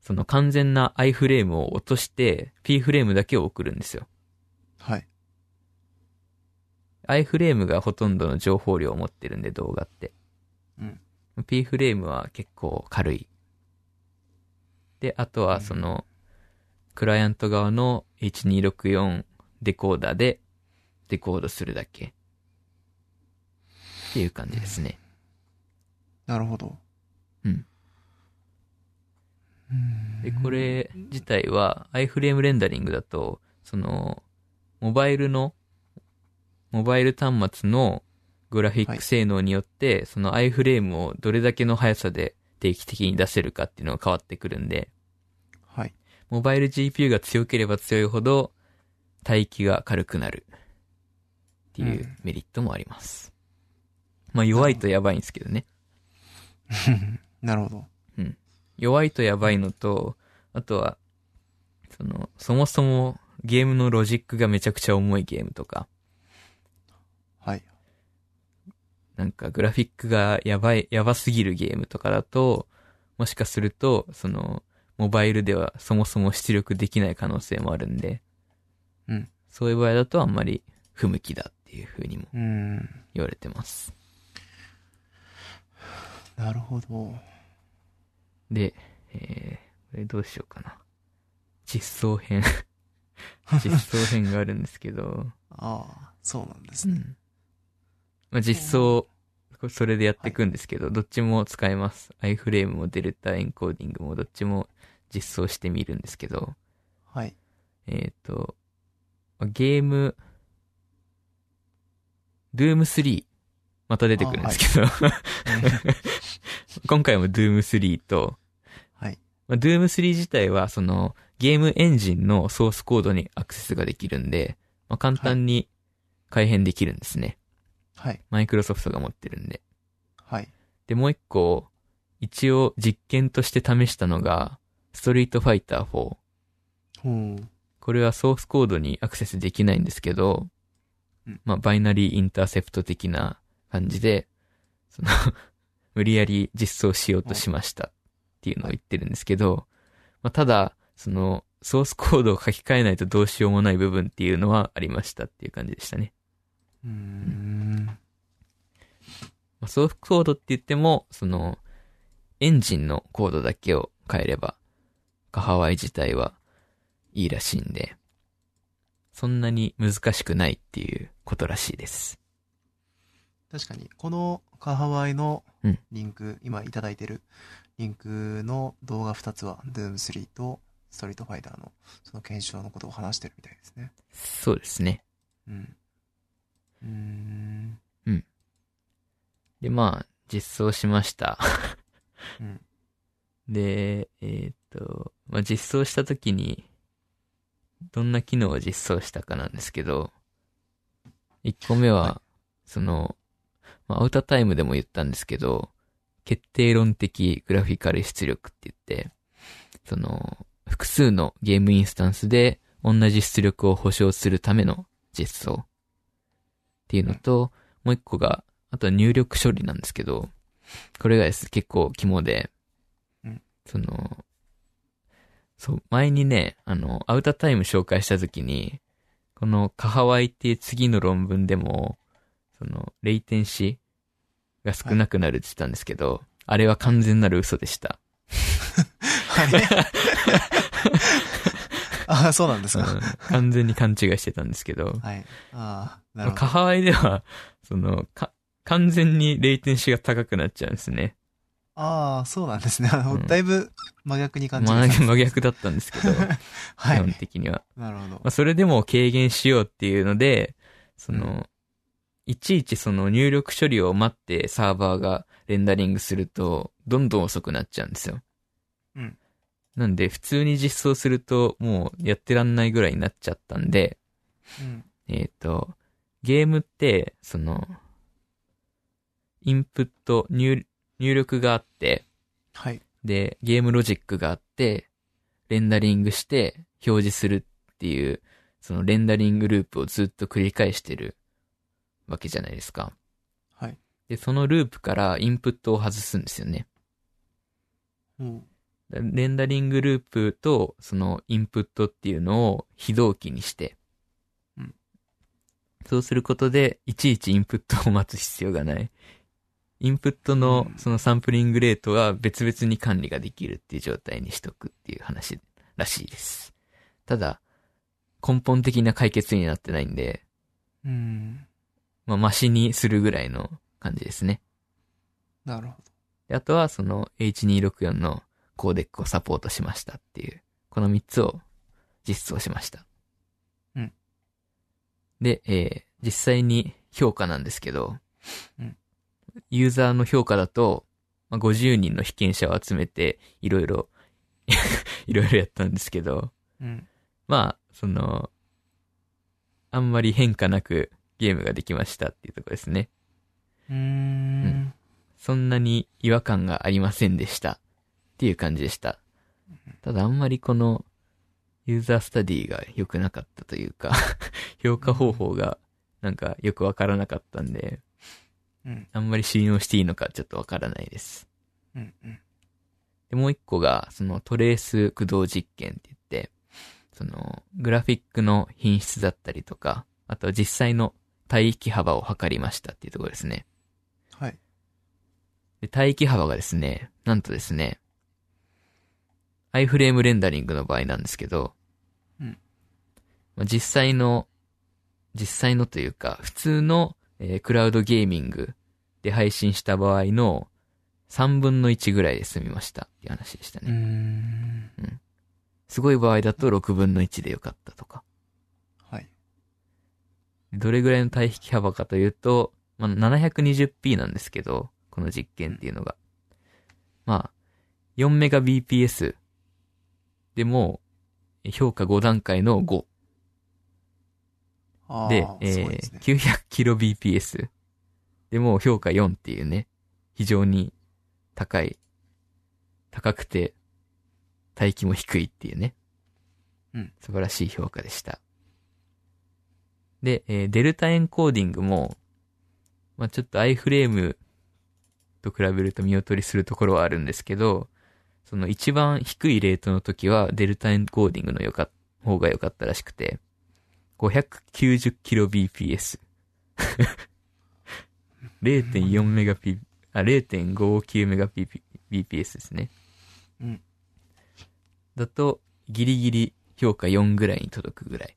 S2: その完全な I フレームを落として、P フレームだけを送るんですよ。
S1: はい。
S2: I フレームがほとんどの情報量を持ってるんで、動画って。
S1: うん。
S2: P フレームは結構軽い。で、あとはその、クライアント側の H264 デコーダーでデコードするだけ。っていう感じですね。
S1: なるほど。
S2: うん。
S1: うん
S2: で、こ、れ自体は iFrame レンダリングだと、その、モバイルの、モバイル端末のグラフィック性能によって、その iFrame をどれだけの速さで定期的に出せるかっていうのが変わってくるんで、
S1: はい。 *laughs*
S2: モバイル GPU が強ければ強いほど、帯域が軽くなる。っていううんメリットもあります。まあ弱いとやばいんですけどね。
S1: なるほど。
S2: 弱いとやばいのと、あとは、その、そもそもゲームのロジックがめちゃくちゃ重いゲームとか、
S1: はい。
S2: なんかグラフィックがやばい、やばすぎるゲームとかだと、もしかすると、その、モバイルではそもそも出力できない可能性もあるんで、
S1: うん。
S2: そういう場合だとあんまり不向きだっていうふうにも
S1: うん。
S2: 言われてます。
S1: なるほど。
S2: で、えー、これどうしようかな。実
S1: *laughs*
S2: 装編。実装編があるんですけど、
S1: ああ、そうなんです
S2: う
S1: ね。
S2: んまあ、実装、それでやっていくんですけど、どっちも使えます。iFrame もデルタエンコーディングもどっちも実装してみるんですけど、
S1: はい。 *laughs*
S2: えっ、と、ゲーム、Doom3、また出てくるんですけど、 *laughs* 今回も Doom3 と、
S1: はい。
S2: まあ、Doom3 自体は、その、ゲームエンジンのソースコードにアクセスができるんで、まあ、簡単に改変できるんですね。
S1: はい。
S2: マイクロソフトが持ってるんで。
S1: はい。
S2: で、もう一個、一応実験として試したのが、ストリートファイター4。
S1: ほう。
S2: これはソースコードにアクセスできないんですけど
S1: うん、
S2: まあ、バイナリーインターセプト的な感じで、その、 *laughs* 無理やり実装しようとしましたっていうのを言ってるんですけど、まあ、ただ、その、ソースコードを書き換えないとどうしようもない部分っていうのはありましたっていう感じでしたね。
S1: うーん。
S2: まあ、ソースコードって言っても、その、エンジンのコードだけを変えれば、カハワイ自体はいいらしいんで、そんなに難しくないっていうことらしいです。
S1: 確かに、このカハワイの
S2: うん
S1: リンク、今いただいてるリンクの動画2つは、Doom3 とストリートファイターのその検証のことを話してるみたいですね。
S2: そうですね。
S1: うん。うーん。
S2: で、まあ、実装しました。
S1: うん。
S2: で、えーっと、まあ、実装した時に、どんな機能を実装したかなんですけど、1個目は、
S1: は
S2: その、まあ、アウタータイムでも言ったんですけど、決定論的グラフィカル出力って言って、その、複数のゲームインスタンスで同じ出力を保証するための実装っていうのと、もう一個が、あとは入力処理なんですけど、これがです結構肝で、
S1: うん
S2: その、そう、前にね、あの、アウタータイム紹介した時に、このカハワイっていう次の論文でも、その、レイテンシが少なくなるって言ったんですけど、あれは *laughs* 完全なる嘘でした。
S1: はい。ああ、そうなんです
S2: う
S1: *laughs*
S2: ん
S1: か。
S2: 完全に勘違いしてたんですけど、
S1: はい。ああ、なるほ
S2: カハワイでは、その、か、完全にレイテンシが高くなっちゃうんですね。
S1: ど。ああ、そうなんですね。あの、
S2: うん
S1: だいぶ真逆に感じ
S2: まあ、
S1: ます。
S2: 真逆だったんですけど、
S1: *laughs* は
S2: 基本
S1: い。
S2: 的には。
S1: なるほど
S2: まあ、。それでも軽減しようっていうので、その、
S1: う
S2: いちいちその入力処理を待ってサーバーがレンダリングすると、どんどん遅くなっちゃうんですよ。
S1: うん
S2: なんで、普通に実装すると、もうやってらんないぐらいになっちゃったんで、
S1: うん。
S2: えっ、と、ゲームって、その、インプット、入、入力があって、
S1: はい。
S2: で、ゲームロジックがあって、レンダリングして、表示するっていう、そのレンダリングループをずっと繰り返してるわけじゃないですか。
S1: はい。
S2: で、そのループからインプットを外すんですよね。
S1: も
S2: だレンダリングループとそのインプットっていうのを非同期にして、
S1: うん
S2: そうすることで、いちいちインプットを待つ必要がない。インプットの
S1: うん
S2: そのサンプリングレートは別々に管理ができるっていう状態にしとくっていう話らしいです。ただ、根本的な解決になってないんで、
S1: う、うん。
S2: まあ、マシにするぐらいの感じですね。
S1: なるほど。
S2: であとはその H264 のコーデックをサポートしましたっていう、この3つを実装しました。
S1: うん
S2: で、えー実際に評価なんですけど、
S1: うん
S2: ユーザーの評価だと、まあ、50人の被験者を集めて、いろいろ、 *laughs* いろいろやったんですけど、
S1: うん。
S2: まあ、その、あんまり変化なくゲームができましたっていうところですね。
S1: うー。
S2: うんそんなに違和感がありませんでした。っていう感じでした。ただあんまりこの、ユーザースタディが良くなかったというか、 *laughs* 評価方法がなんかよくわからなかったんで、
S1: うん。
S2: あんまり信用していいのかちょっとわからないです。
S1: うん。うん。
S2: で、もう一個が、そのトレース駆動実験って言って、その、グラフィックの品質だったりとか、あとは実際の帯域幅を測りましたっていうところですね。
S1: はい。
S2: で、帯域幅がですね、なんとですね、iFrame レンダリングの場合なんですけど、
S1: うん
S2: まあ実際の、実際のというか、普通の、えークラウドゲーミングで配信した場合の3分の1ぐらいで済みましたっていう話でした
S1: うー
S2: ね。
S1: ん。
S2: すごい場合だと6分の1でよかったとか。
S1: はい。
S2: どれぐらいの対比幅かというと、まあ、720p なんですけど、この実験っていうのが。まあ、4Mbps でも、え評価5段階の5
S1: ああ、
S2: で、
S1: そうですね。
S2: 900kbps でも評価4っていうね、非常に高い、高くて、待機も低いっていうね、
S1: うん
S2: 素晴らしい評価でした。で、えーデルタエンコーディングも、まあ、ちょっと iFrame と比べると見劣りするところはあるんですけど、その一番低いレートの時はデルタエンコーディングのよか方が良かったらしくて、590kbps。0.4メガ p、あ、0.59メガ bps ですね。
S1: うん。
S2: だと、ギリギリ評価4ぐらいに届くぐらい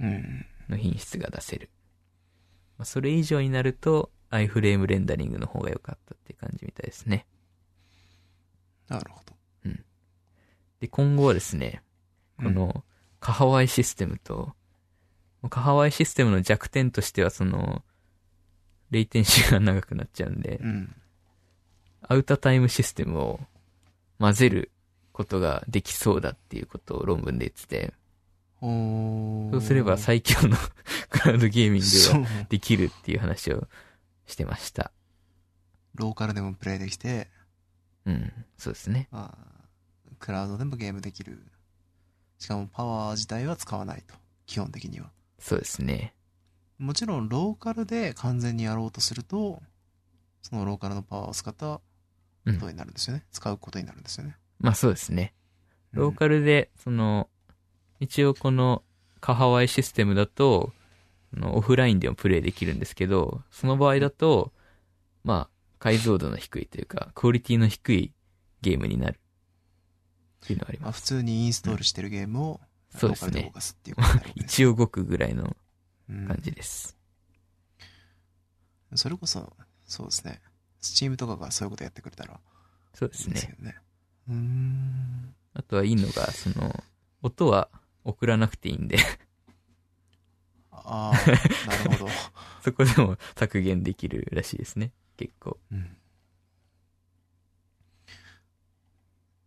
S1: うん。
S2: の品質が出せる。まあ、それ以上になると、iFrame レンダリングの方が良かったっていう感じみたいですね。
S1: なるほど。
S2: で、今後はですね、この、カハワイシステムと、カハワイシステムの弱点としては、その、レイテンシーが長くなっちゃうんで
S1: う、ん。
S2: アウタータイムシステムを混ぜることができそうだっていうことを論文で言ってて、
S1: おー
S2: そうすれば最強の *laughs* クラウドゲーミング
S1: そ
S2: が
S1: う。
S2: できるっていう話をしてました。
S1: ローカルでもプレイできて、
S2: うん、そうですね。
S1: まあ、クラウドでもゲームできる。しかもパワー自体は使わないと。基本的には。
S2: そうですね。
S1: もちろんローカルで完全にやろうとすると、そのローカルのパワーを使ったことになるんですよね。使うことになるんですよね。
S2: まあそうですね。ロー
S1: ル、
S2: カルで、その、一応このカハワイシステムだと、あのオフラインでもプレイできるんですけど、その場合だと、まあ、解像度の低いというか、クオリティの低いゲームになる。っていうのはあり
S1: ま
S2: ま
S1: あ、
S2: す。
S1: 普通にインストールしてるゲームを
S2: そうで
S1: ローカ
S2: すね
S1: ルで動かすっていうことになるわ
S2: *laughs*
S1: けです
S2: 一応動くぐらいの
S1: うん
S2: 感じです。
S1: それこそ、そうですね。スチームとかがそういうことやってくれたら
S2: そうで
S1: い
S2: す
S1: いです
S2: ね。
S1: けどね。うーん。
S2: あとはいいのが、その、音は送らなくていいんで、 *laughs*
S1: ああ、なるほ
S2: *laughs*
S1: ど。
S2: そこでも削減できるらしいですね。結構。
S1: うん。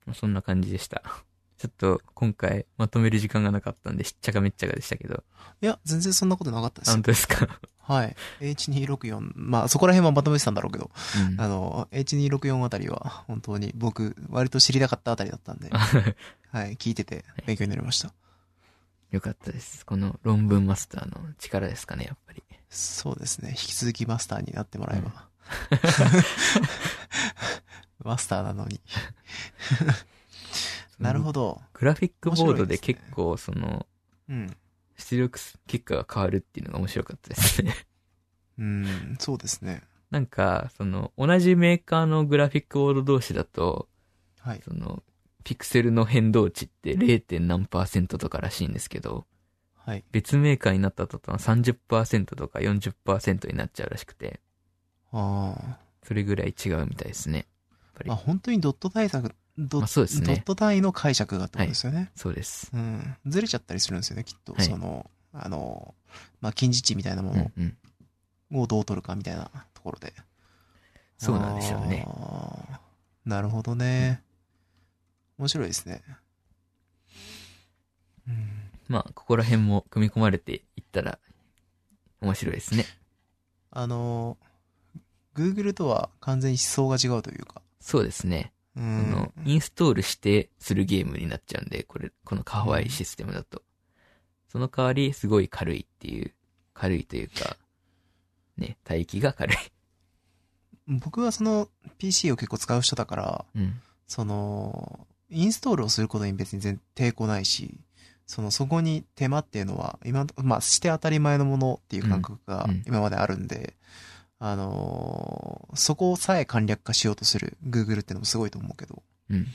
S2: まあそんな感じでした。 *laughs* ちょっと今回まとめる時間がなかったんで、しっちゃかめっちゃかでしたけど。
S1: いや、全然そんなことなかったです
S2: あ本
S1: よ。
S2: 当ですか、
S1: はい。H264、まあそこら辺はまとめてたんだろうけど、
S2: うん
S1: あの、H264 あたりは本当に僕、割と知りたかったあたりだったんで、はい、聞いてて勉強になりました。
S2: *laughs* よかったです。この論文マスターの力ですかね、やっぱり。
S1: そうですね。引き続きマスターになってもらえ
S2: *laughs*
S1: ば。マスターな
S2: *laughs*
S1: のに。なる
S2: ど。
S1: ほど。
S2: グラフィックボードで
S1: 面白いですね
S2: 結構、その、
S1: うん。
S2: 出力結果が変わるっていうのが面白かったですね。 *laughs*
S1: うん、そうですね。
S2: なんか、その、同じメーカーのグラフィックボード同士だと、
S1: はい。
S2: その、ピクセルの変動値って 0. 何パーセントとからしいんですけど、
S1: はい。
S2: 別メーカーになった途端30%とか40%になっちゃうらしくて、
S1: ああ。
S2: それぐらい違うみたいですね。
S1: まあ本当にドット対策、ド,、
S2: まあそうですね
S1: ドット単位の解釈がってことですよね。
S2: そうです。
S1: うん。ずれちゃったりするんですよね、きっと。
S2: はい
S1: その、あの、まあ近似値みたいなも
S2: うんうん。
S1: のをどう取るかみたいなところで。
S2: そうなんですよね。
S1: あー。なるほどね。面白いですね。うん。
S2: まあ、ここら辺も組み込まれていったら、面白いですね。
S1: あの、Google とは完全に思想が違うというか。
S2: そうですね。
S1: う
S2: あの
S1: ん。、
S2: インストールしてするゲームになっちゃうんで、これ、この可愛いシステムだと。その代わり、すごい軽いっていう、軽いというか、ね、帯域が軽い。
S1: 僕はその PC を結構使う人だから、
S2: うん。
S1: その、インストールをすることに別に全抵抗ないし、その、そこに手間っていうのは、今の、まあ、して当たり前のものっていう感覚が
S2: うんうん
S1: 今まであるんで、あのーそこさえ簡略化しようとする Google ってのもすごいと思うけど、
S2: うん。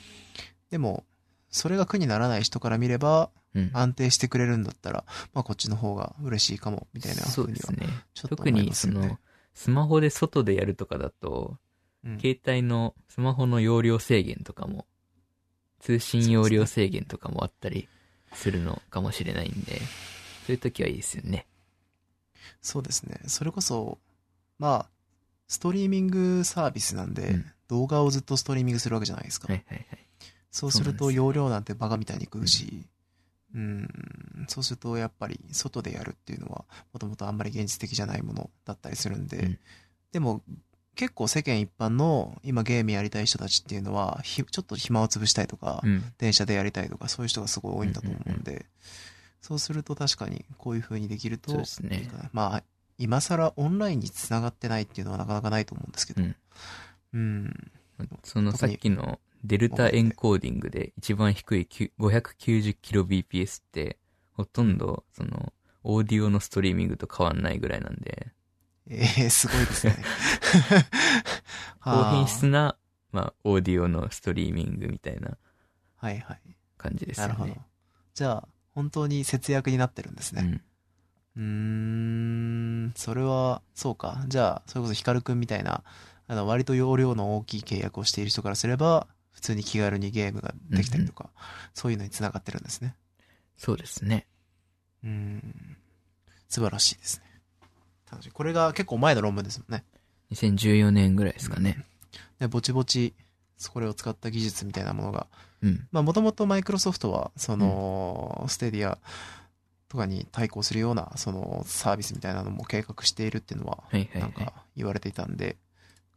S1: でも、それが苦にならない人から見れば、
S2: うん。
S1: 安定してくれるんだったら、まあ、こっちの方が嬉しいかも、みたいなふ
S2: そうう
S1: に
S2: で
S1: は
S2: す、ね。
S1: ちょっと
S2: 特
S1: 思い
S2: に
S1: ま
S2: そ
S1: すよね
S2: の。、スマホで外でやるとかだと、
S1: うん
S2: 携帯のスマホの容量制限とかも、通信容量制限とかもあったりするのかもしれないんで、そういう時はいいですよね。
S1: そうですね。それこそ、まあ、ストリーミングサービスなんで、
S2: うん
S1: 動画をずっとストリーミングするわけじゃないですか。
S2: はいはいはい。
S1: そうする
S2: そうなん
S1: と
S2: ですよ
S1: 容量なんてバカみたいに食うし、うん、そうするとやっぱり外でやるっていうのは、もともとあんまり現実的じゃないものだったりするんで、
S2: うん
S1: でも、結構世間一般の今ゲームやりたい人たちっていうのは、ひちょっと暇を潰したいとか、
S2: うん。
S1: 電車でやりたいとか、そういう人がすごい多いんだと思うんで、そうすると確かにこういう風にできると
S2: そうですね
S1: いいかな。まあ、今更オンラインにつながってないっていうのはなかなかないと思うんですけど、
S2: うん
S1: うん、
S2: そのさっきのデルタエンコーディングで一番低い 590kbps って、ほとんどその、オーディオのストリーミングと変わんないぐらいなんで、
S1: えー、すごいですね。
S2: *laughs* 高品質
S1: は
S2: な、まあ、オーディオのストリーミングみたいな
S1: あ *laughs* はいはい。
S2: 感じですよ
S1: な
S2: ね。
S1: るほど。じゃあ、本当に節約になってるんです
S2: う
S1: ね。
S2: ん。
S1: うーん、それは、そうか。じゃあ、それこそヒカルくんみたいな、あの、割と容量の大きい契約をしている人からすれば、普通に気軽にゲームができたりとか、そういうのにつながってるんですね。
S2: そうですね。
S1: うーん、素晴らしいですね。楽しい。これが結構前の論文ですもんね。
S2: 2014年ぐらいですかね。
S1: で、ぼちぼち、これを使った技術みたいなものが
S2: うん。
S1: まあ、もともとマイクロソフトは、その、ステディアとかに対抗するような、その、サービスみたいなのも計画しているっていうのは、
S2: はいはい
S1: な
S2: は
S1: ん
S2: い。
S1: か言われていたんで、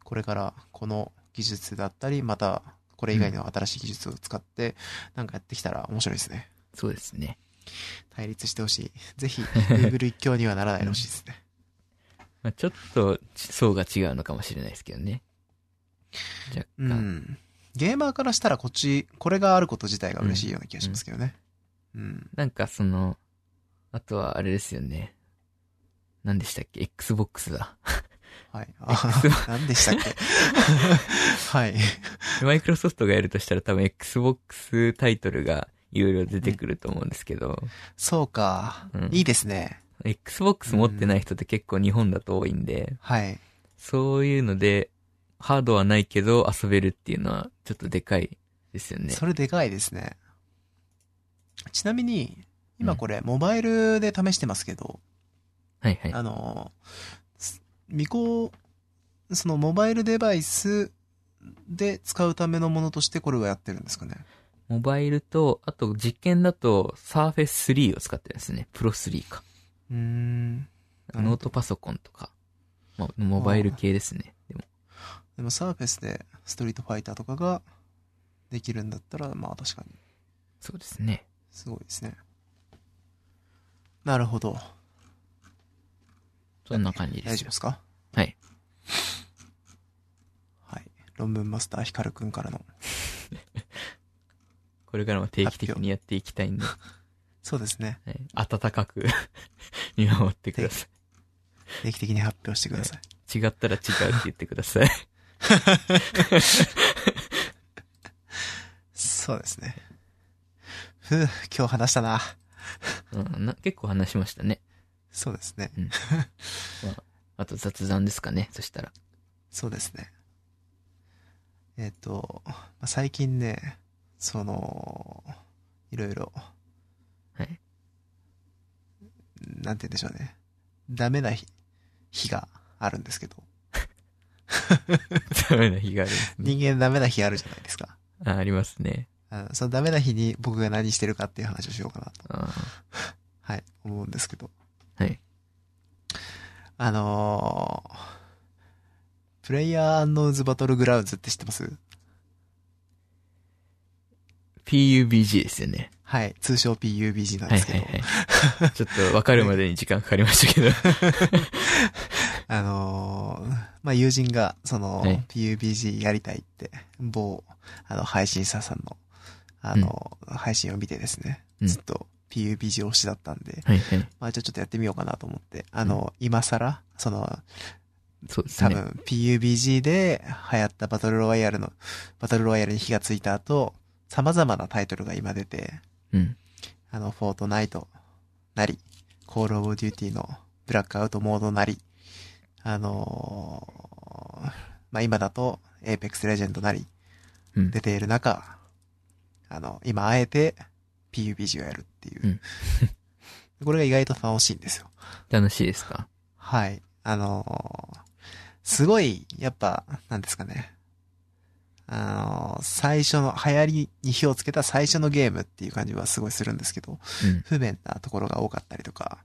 S1: これからこの技術だったり、また、これ以外の新しい技術を使って、なんかやってきたら面白いですね。
S2: そうですね。
S1: 対立してほしい。ぜひ、Google 一強にはならないでほしいです *laughs* ね。
S2: まあ、ちょっと層が違うのかもしれないですけどね。若
S1: う
S2: 干。
S1: ん。ゲーマーからしたらこっち、これがあること自体が嬉しいような気がしますけどね。うん。
S2: なんかその、あとはあれですよね。何でしたっけ
S1: *laughs*
S2: ?Xbox だ。
S1: はい。あ、 *laughs* 何でしたっけはい。
S2: マイクロソフトがやるとしたら多分 Xbox タイトルがいろいろ出てくると思うんですけど、
S1: そうか、
S2: うん
S1: いいですね。
S2: Xbox 持ってない人って結構日本だと多いんで、
S1: はい。
S2: そういうので、ハードはないけど遊べるっていうのはちょっとでかいですよね。
S1: それでかいですね。ちなみに、
S2: う
S1: 今
S2: ん
S1: これ、モバイルで試してますけど、
S2: はいはい。
S1: あの、す未公、そのモバイルデバイスで使うためのものとしてこれはやってるんですかね。
S2: モバイルと、あと実験だと Surface 3を使ってるんですね。Pro 3か。
S1: うーん。なるほど
S2: ノートパソコンとか。まあ、モバイル系ですね。でも、
S1: でもサーフェスでストリートファイターとかができるんだったら、まあ確かに、
S2: そうですね。
S1: すごいですね。なるほど。
S2: そんな感じで
S1: 大
S2: す
S1: 丈夫
S2: よ
S1: で。すか
S2: はい。
S1: はい。論文マスターヒカルくんからの。
S2: これからも定期的にやっていきたいんで、
S1: そうですね。
S2: はい温かく *laughs* 見守ってくださ
S1: 定期的に発表してください。
S2: い。違ったら違うって言ってくだ *laughs* さい。
S1: そうですね。ふう今日話したな。
S2: うん、な結構話しましたね。
S1: そうですね。
S2: あと雑談ですかね。そしたら。
S1: そうですね。えっ、と、まあ最近ね、その、いろいろ、
S2: はい。
S1: なんて言うんでしょうね。ダメな日、日があるんですけど、
S2: ダメな日があるんですね。
S1: 人間ダメな日あるじゃないですか。
S2: *laughs* あ、ありますね。
S1: あのそのダメな日に僕が何してるかっていう話をしようかなと、
S2: あ
S1: はい、思うんですけど。
S2: はい。
S1: あのー、プレイヤーアンノーズバトルグラウンズって知ってます
S2: PUBG ですよね。
S1: はい、通称 PUBG なん
S2: は
S1: で
S2: い
S1: すけ
S2: は
S1: ど、
S2: いはい。ちょっと分かるまでに時間かかりましたけど。
S1: あのーまあ、友人が、その、
S2: はい
S1: PUBG やりたいって、某、あの、配信者さんの、あの、配信を見てですね、
S2: うん
S1: ずっと PUBG 推しだったんで、
S2: はいはい。
S1: まあ、じゃあちょっとやってみようかなと思って、あの、今更、その、
S2: そうです
S1: 多
S2: ね。
S1: 分 PUBG で流行ったバトルロワイヤルの、バトルロワイヤルに火がついた後、様々なタイトルが今出て、
S2: うん。
S1: あの、フォートナイトなり、コールオブデューティーのブラックアウトモードなり、あのーまあ、今だと、エーペックスレジェンドなり、
S2: うん。
S1: 出ている中、あの、今あえて PUBG をやるっていう。
S2: うん
S1: *laughs* これが意外と楽しいんですよ。
S2: 楽しいですか
S1: はい。あのーすごい、やっぱ、なんですかね。あのー最初の、流行りに火をつけた最初のゲームっていう感じはすごいするんですけど、
S2: うん。
S1: 不便なところが多かったりとか、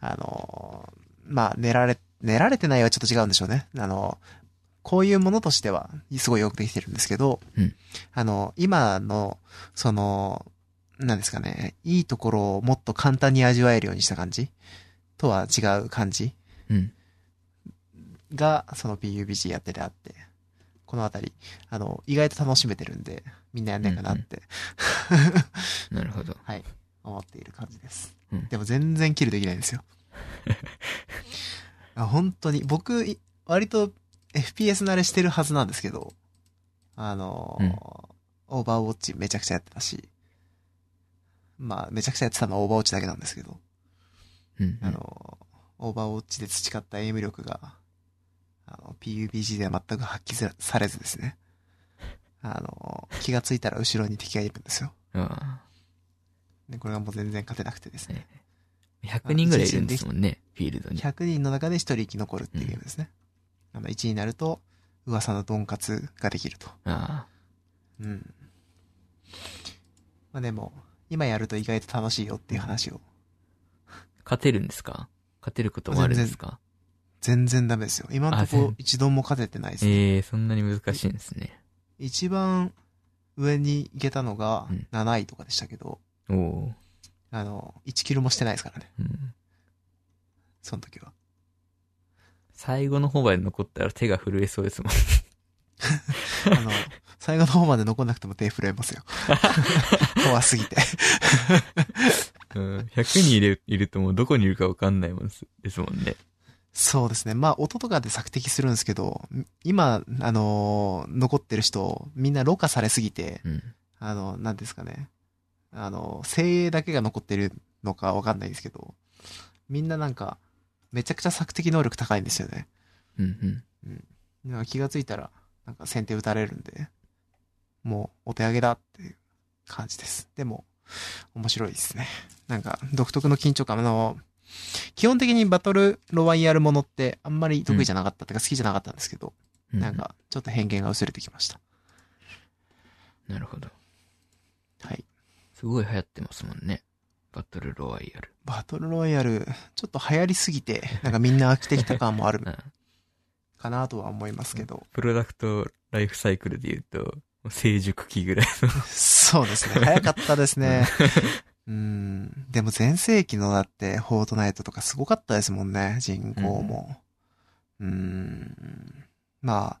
S1: あのーまあ、寝られ、寝られてないはちょっと違うんでしょうね。あのーこういうものとしては、すごいよくできてるんですけど、
S2: うん
S1: あのー今の、その、なんですかね、いいところをもっと簡単に味わえるようにした感じとは違う感じ
S2: うん。
S1: が、その PUBG やっててあって、このあたり、あの、意外と楽しめてるんで、みんなやんないかなって、
S2: なるほど。
S1: *laughs* はい、思っている感じです。
S2: うん
S1: でも全然キルできないんです
S2: *laughs*
S1: よ。あ本当に、僕、い割と FPS 慣れしてるはずなんですけど、あのー
S2: うん
S1: オーバーウォッチめちゃくちゃやってたし、まあ、めちゃくちゃやってたのはオーバーウォッチだけなんですけど、
S2: うん。
S1: あの、オーバーウォッチで培ったエイム力が、あの、PUBG では全く発揮されずですね。あの、気がついたら後ろに敵がいるんですよ。
S2: あ
S1: で、これがもう全然勝てなくてですね。
S2: あ100人ぐらいいるんですもんね、フィールドに。
S1: 100人の中で1人生き残るっていうゲームですね。あの、1になると、噂のドンカツができると。
S2: ああ。
S1: うん。まあでも、今やると意外と楽しいよっていう話を、
S2: 勝てるんですか勝てることもあるんですか
S1: 全然ダメですよ。今のとこ
S2: あ
S1: ろ
S2: 全
S1: 一度も勝ててないですね。
S2: ええー、そんなに難しいんですね。
S1: 一番上に行けたのが
S2: うん
S1: 7位とかでしたけど、
S2: おお
S1: あの、1キロもしてないですからね、
S2: ー、うん。
S1: その時は。
S2: 最後の方まで残ったら手が震えそうですもん。
S1: あ
S2: *laughs*
S1: の、最後の方まで残んなくても手震えますよ。 *laughs* 怖すぎて。
S2: うん、100人いるいるともうどこにいるかわかんないもんですですもんね。
S1: そうですね。まあ、音とかで索敵するんですけど、今、あのー残ってる人、みんなろ過されすぎて、
S2: うん。
S1: あの、なんですかね。あの、精鋭だけが残ってるのかわかんないですけど、みんななんか、めちゃくちゃ作的能力高いんですよね。
S2: うんうん。
S1: なんか気がついたら、なんか先手打たれるんで、もうお手上げだっていう感じです。でも、面白いですね。なんか、独特の緊張感。あの、基本的にバトルロワイヤルものってあんまり得意じゃなかった、ってか好きじゃなかったんですけど、
S2: う
S1: なん。か、ちょっと偏見が薄れてきました。
S2: なるほど。
S1: はい。
S2: すごい流行ってますもんね。バトルロワイヤル。
S1: バトルロイヤル、ちょっと流行りすぎて、なんかみんな飽きてきた感もある
S2: うん
S1: かなとは思いますけど。
S2: プロダクトライフサイクルで言うと、もう成熟期ぐらいの。
S1: そうですね。早かったですね。うん。でも全盛期のだって、フォートナイトとかすごかったですもんね。人口も。うん。まあ、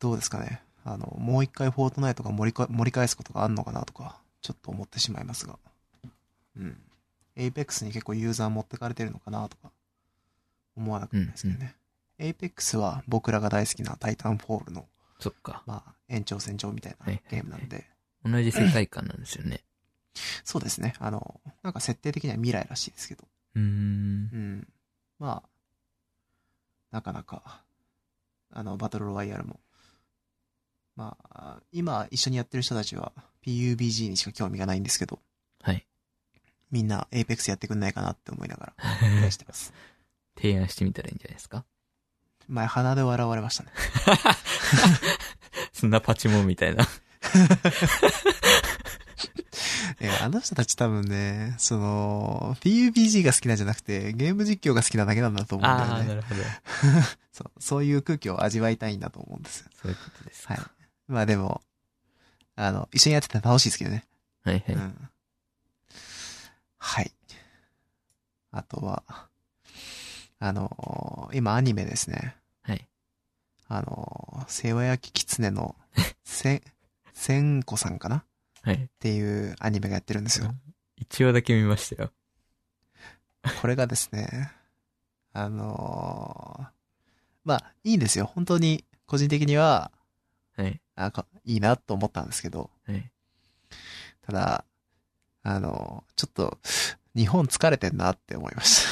S1: どうですかね。あの、もう一回フォートナイトが盛りか盛り返すことがあるのかなとか、ちょっと思ってしまいますが。うん。エイペックスに結構ユーザー持ってかれてるのかなとか、思わなくもないですけどね。エイペックスは僕らが大好きなタイタンフォールの、
S2: そっか。
S1: まあ、延長線上みたいな
S2: はいはい
S1: ゲームなんで、
S2: 同じ世界観なんですよね。
S1: そうですね。あの、なんか設定的には未来らしいですけど。
S2: うーん
S1: う。ん。まあ、なかなか、あの、バトルロワイヤルも。まあ、今一緒にやってる人たちは PUBG にしか興味がないんですけど、
S2: はい。 *laughs*
S1: みんな Apex やってくんないかなって思いなが *laughs* ら、期待してます。
S2: 提案してみたらいいんじゃないですか
S1: 前鼻で笑われましたね。
S2: *laughs* そんなパチモンみたいな。
S1: *laughs* えーあの人たち多分ね、その、PUBG が好きなんじゃなくて、ゲーム実況が好きなだけなんだと思うんだ
S2: ああ、
S1: よ
S2: な
S1: ね。
S2: るほど。
S1: *laughs* そう、そういう空気を味わいたいんだと思うんですよ。
S2: そういうことですか。
S1: はい。まあでも、あの、一緒にやってたら楽しいですけどね。
S2: はい、
S1: う
S2: はい。
S1: ん。はい。あとは、あの今アニメですね。
S2: はい。
S1: あの世話焼き狐
S2: *laughs*
S1: の、せ、せんこさんかなっ
S2: はい。
S1: ていうアニメがやってるんですよ。
S2: 一話だけ見ましたよ。
S1: これがですね、あのまあ、いいんですよ。本当に、個人的には、
S2: はい。
S1: あかいいなと思ったんですけど、
S2: はい。
S1: ただ、あの、ちょっと、日本疲れてんなって思いまし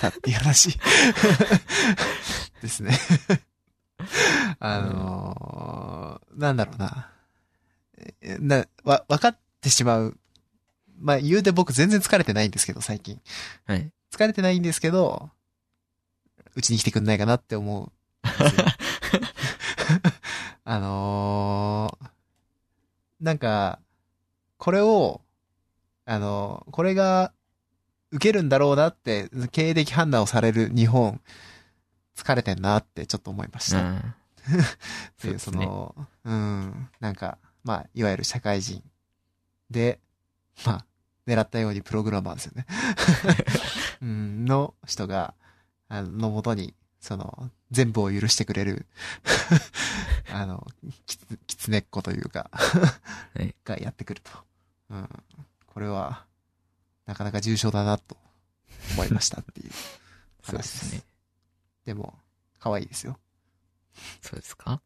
S1: た。だっていう *laughs* 話。ですね。あのなんだろうな。えな、わ、わかってしまう。まあ、言うて僕全然疲れてないんですけど、最近。
S2: はい。
S1: 疲れてないんですけど、うちに来てくんないかなって思う。あのーなんか、これを、あのこれが、受けるんだろうなって、経営的判断をされる日本、疲れてんなってちょっと思いまし
S2: う
S1: た。っ
S2: ん。
S1: ていう、そ
S2: そうです
S1: の、うん、なんか、まあ、いわゆる社会人で、まあ、狙ったようにプログラマーです
S2: *laughs*
S1: よね。うん、の人が、あの、のもとに、その、全部を許してくれる、 *laughs* あの、きつ、きつねっこというか、
S2: い
S1: がやってくると。うん。これは、なかなか重症だなと思いましたっていう。
S2: そうですね。
S1: でも、可愛いですよ。
S2: そうですか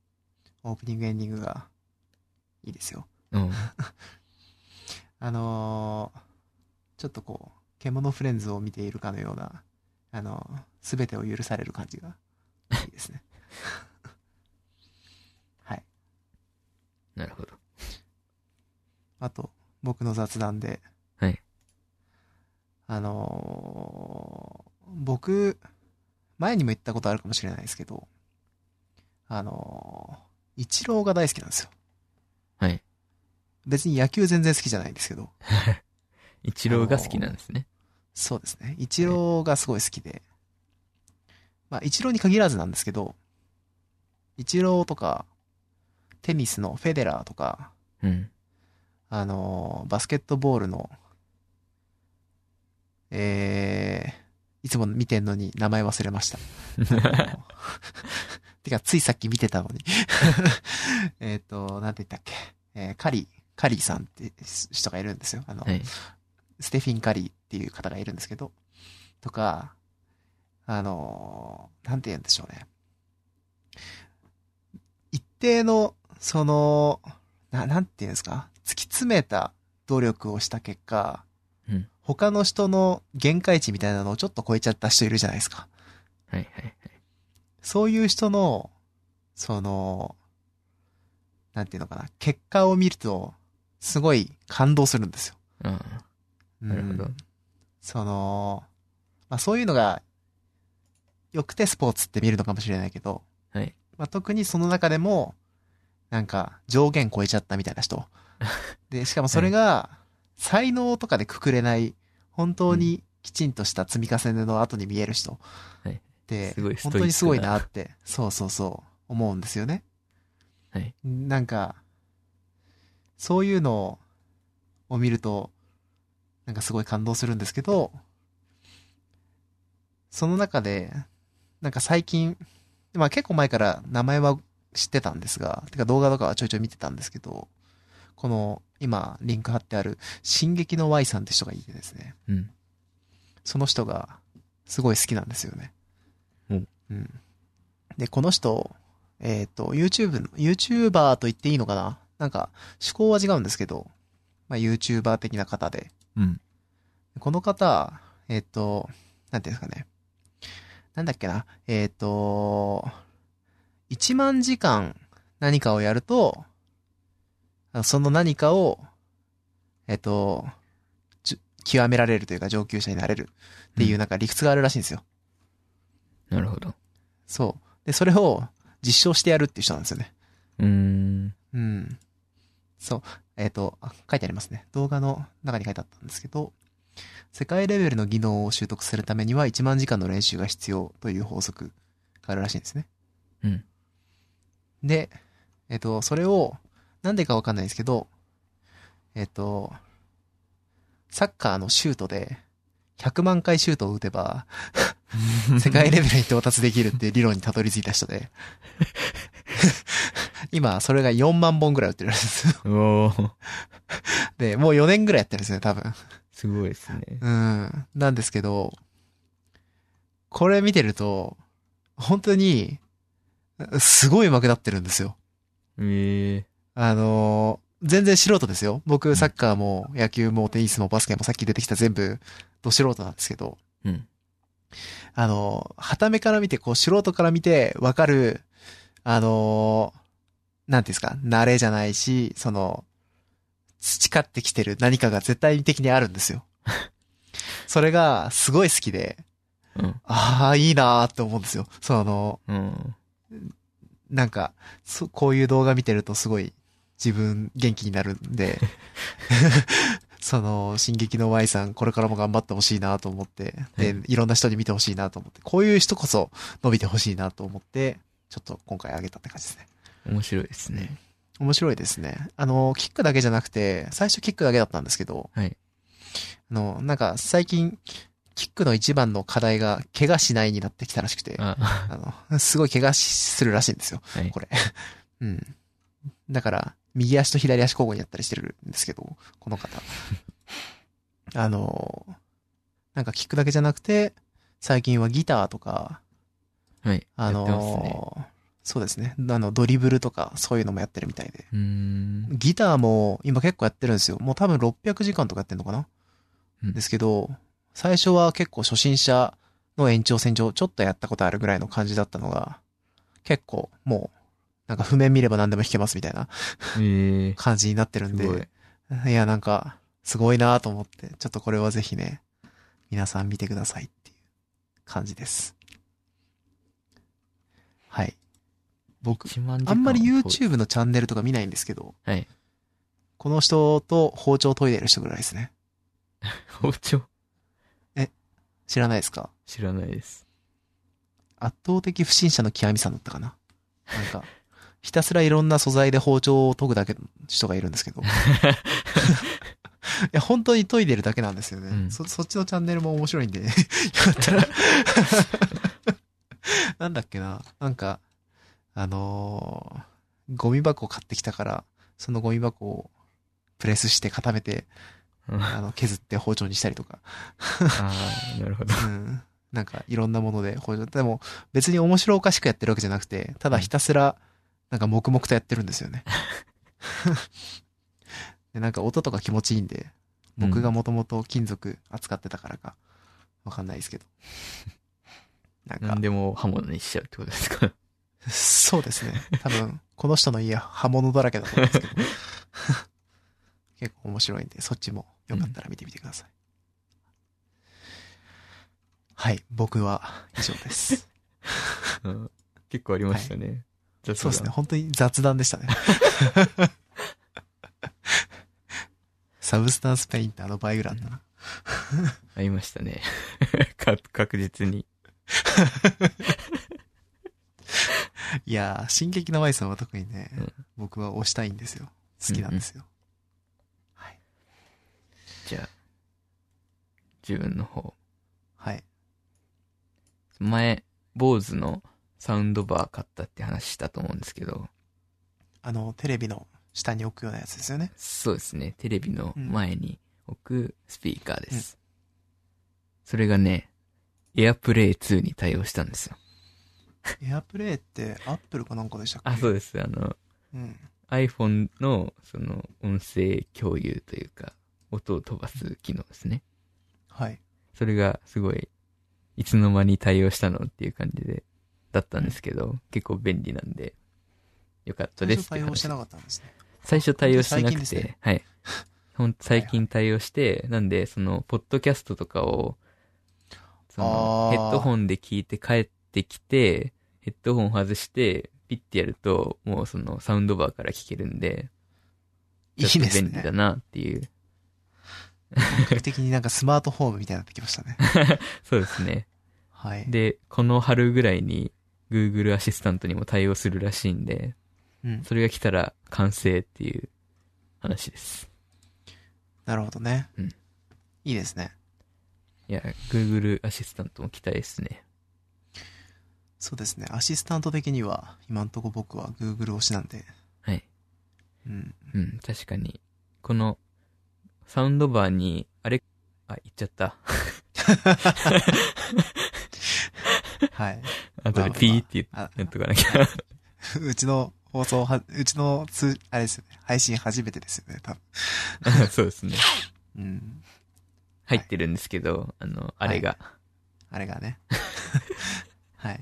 S1: オープニングエンディングが、いいですよ。
S2: うん。
S1: あのーちょっとこう、獣フレンズを見ているかのような、あのす、べてを許される感じが、いいですね。 *laughs* はい。
S2: なるほど。
S1: あと、僕の雑談で。
S2: はい
S1: あのー僕、前にも言ったことあるかもしれないですけど、あのー、イチローが大好きなんですよ。
S2: はい。
S1: 別に野球全然好きじゃないんですけど、
S2: 一郎が好きなんですね。
S1: そうですね。イチローがすごい好きで。まあ、イチローに限らずなんですけど、イチローとか、テニスのフェデラーとか、
S2: うん。
S1: あのーバスケットボールの、えー、いつも見てんのに名前忘れました。
S2: *laughs*
S1: てか、ついさっき見てたのに。 *laughs* えっと、なんて言ったっけ。えーカリー、カリーさんって人がいるんですよ。あの、
S2: はい。
S1: ステフィン・カリーっていう方がいるんですけど、とか、あのーなんて言うんでしょうね。一定の、その、な、なんて言うんですか、突き詰めた努力をした結果、
S2: うん
S1: 他の人の限界値みたいなのをちょっと超えちゃった人いるじゃないですか。
S2: はいはい。
S1: そういう人の、その、なんていうのかな、結果を見ると、すごい感動するんですよ。
S2: うん。
S1: うん
S2: なるほど。
S1: その、まあそういうのが、良くてスポーツって見るのかもしれないけど、
S2: はい。
S1: まあ、特にその中でも、なんか、上限超えちゃったみたいな
S2: *laughs*
S1: 人。で、しかもそれが、才能とかでくくれない、本当にきちんとした積み重ねの後に見える人。
S2: はい
S1: で、
S2: すごいストイック
S1: 本
S2: な
S1: 当にすごいなって、そうそうそう、思うんですよね。
S2: はい
S1: なんか、そういうのを見ると、なんかすごい感動するんですけど、その中で、なんか最近、まあ結構前から名前は知ってたんですが、てか動画とかはちょいちょい見てたんですけど、この今リンク貼ってある、進撃の Y さんって人がいてですね、
S2: うん。
S1: その人がすごい好きなんですよね。
S2: うん。
S1: うん。で、この人、えっ、と、YouTube の、YouTuber と言っていいのかななんか、趣向は違うんですけど、まあ YouTuber 的な方で、
S2: うん。
S1: この方、えっ、と、なんていうんですかね。なんだっけな。えっ、と、1万時間何かをやると、あのその何かを、えっ、と、じゅ極められるというか上級者になれるっていうなんか理屈があるらしいんですよ。
S2: なるほど。
S1: そう。で、それを実証してやるっていう人なんですよね。
S2: うーん。
S1: うん。そう。えっ、と、あ書いてありますね。動画の中に書いてあったんですけど、世界レベルの技能を習得するためには1万時間の練習が必要という法則があるらしいんですね。
S2: うん。
S1: で、えっ、と、それを、なんでかわかんないんですけど、えっ、と、サッカーのシュートで、100万回シュートを打てば、世界レベルに到達できるっていう理論にたどり着いた人で、今、それが4万本ぐらい打ってるらしいです。
S2: おー、
S1: で、もう4年ぐらいやってるんですね、多分。
S2: すごいですね。
S1: うん。なんですけど、これ見てると、本当に、すごい上手くなってるんですよ。
S2: ええ
S1: あのー全然素人ですよ。僕、サッカーも、野球も、テニスも、バスケも、さっき出てきた全部、ど素人なんですけど、
S2: うん。
S1: あのー、はためから見て、こう、素人から見て、わかる、あのーなんていうんですか、慣れじゃないし、その、培ってきてる何かが絶対的にあるんですよ。それが、すごい好きで、
S2: うん。
S1: ああ、いいなーって思うんですよ。その、
S2: うん。
S1: なんか、そこういう動画見てるとすごい自分元気になるんで、その、進撃の Y さん、これからも頑張ってほしいなと思って、で
S2: う、
S1: いろんな人に見てほしいなと思って、こういう人こそ伸びてほしいなと思って、ちょっと今回あげたって感じですね。
S2: 面白いですね。
S1: 面白いですね。あの、キックだけじゃなくて、最初キックだけだったんですけど、
S2: はい
S1: あの、なんか最近、キックの一番の課題が、怪我しないになってきたらしくて、 *laughs*
S2: あ、
S1: あの、すごい怪我しするらしいんですよ。
S2: はい
S1: これ。うん。だから、右足と左足交互にやったりしてるんですけど、この方。 *laughs* あの、なんかキックだけじゃなくて、最近はギターとか、
S2: はい。
S1: あ
S2: やってますね。
S1: の、そうですね。あの、ドリブルとか、そういうのもやってるみたいで。
S2: うー
S1: *laughs*
S2: ん。
S1: ギターも今結構やってるんですよ。もう多分600時間とかやってんのかな、
S2: うん
S1: ですけど、最初は結構初心者の延長線上、ちょっとやったことあるぐらいの感じだったのが、結構もう、なんか譜面見れば何でも弾けますみたいな
S2: ええ
S1: 感じになってる
S2: す
S1: ん
S2: ごい
S1: で、。いやなんか、すごいなと思って、ちょっとこれはぜひね、皆さん見てくださいっていう感じです。はい。僕、
S2: 1万時間
S1: あんまり YouTube のチャンネルとか見ないんですけど、
S2: はい。
S1: この人と包丁研いでる人ぐらいですね。
S2: 包丁
S1: 知らないですか
S2: 知らないです。
S1: 圧倒的不審者の極みさんだったかななんか、ひたすらいろんな素材で包丁を研ぐだけの人がいるんですけど。いや、本当に研いでるだけなんですよね。
S2: うん
S1: そ、そっちのチャンネルも面白いんで、よ *laughs* かったら。 *laughs* なんだっけななんか、あのーゴミ箱買ってきたから、そのゴミ箱をプレスして固めて、
S2: あ
S1: あの、削って包丁にしたりとか。
S2: *laughs* あ、なるほど。
S1: うん。なんかいろんなもので補助。でも別に面白おかしくやってるわけじゃなくて、ただひたすらなんか黙々とやってるんですよね。 *laughs* で、なんか音とか気持ちいいんで、僕がもともと金属扱ってたからか、わかんないですけど。なんか
S2: 何、でも刃物にしちゃうってことですか
S1: そうですね。多分、この人の家刃物だらけだと思うんですけど。結構面白いんで、そっちもよかったら見てみてください。はい、僕は以上
S2: *laughs*
S1: です。
S2: うん結構ありましたね。じゃあ
S1: そうですね、本当に雑談でした
S2: *laughs*
S1: ね。サブスタンスペインターの倍ぐらいあったな。
S2: ありましたね。 *laughs* か確実に。
S1: いやー、進撃のワイさんは特にね、
S2: うん
S1: 僕は推したいんですよ。好きなんですよ。
S2: じゃあ、自分の方。
S1: はい。
S2: 前、坊主のサウンドバー買ったって話したと思うんですけど、
S1: あの、テレビの下に置くようなやつですよね。
S2: そうですね、テレビの前に置くスピーカーです。それがね、AirPlay 2に対応したんですよ。
S1: エアプレイってアップルかなんかでしたっけ。
S2: あ、そううです。あの、
S1: うん。
S2: iPhone のその音声共有というか、音を飛ばす機能ですね。
S1: はい。
S2: それがすごい、いつの間に対応したのっていう感じで、だったんですけど、結構便利なんで、よかった
S1: 最
S2: で
S1: 初
S2: すって
S1: 対
S2: 話
S1: 応してなかったんですね。
S2: 最初対応してな
S1: 最近
S2: く
S1: です
S2: て、
S1: ね
S2: はい。ほん最近対応して、なんで、その、ポッドキャストとかを、その
S1: あー、
S2: ヘッドホンで聞いて帰ってきて、ヘッドホン外して、ピッてやると、もうその、サウンドバーから聞けるんで、
S1: いい
S2: *laughs* ちょ
S1: で
S2: っと
S1: す
S2: 便利
S1: ね。
S2: だなっていう。
S1: 本格的になんかスマートホームみたいになってきましたね。
S2: そうですね。
S1: はい。
S2: で、この春ぐらいに、Google アシスタントにも対応するらしいんで、
S1: うん。
S2: それが来たら完成っていう話です。
S1: なるほどね。
S2: うん
S1: いいですね。
S2: いや、Google アシスタントも期待ですね。
S1: そうですね。アシスタント的には、今んとこ僕は Google 推しなんで。
S2: はい。
S1: うん。
S2: うん、確かに。この、サウンドバーに、あれ、あ、言っちゃった。
S1: はい。まあ
S2: あとで
S1: まあ
S2: ピーって言っ
S1: あ
S2: やっとかなきゃ。
S1: うちの放送は、うちのつ、あれですよね。配信初めてですよね、多分。
S2: そうですね。
S1: うん。
S2: 入ってるんですけど、あの、あれが。
S1: あれが
S2: *laughs*
S1: ね。はい。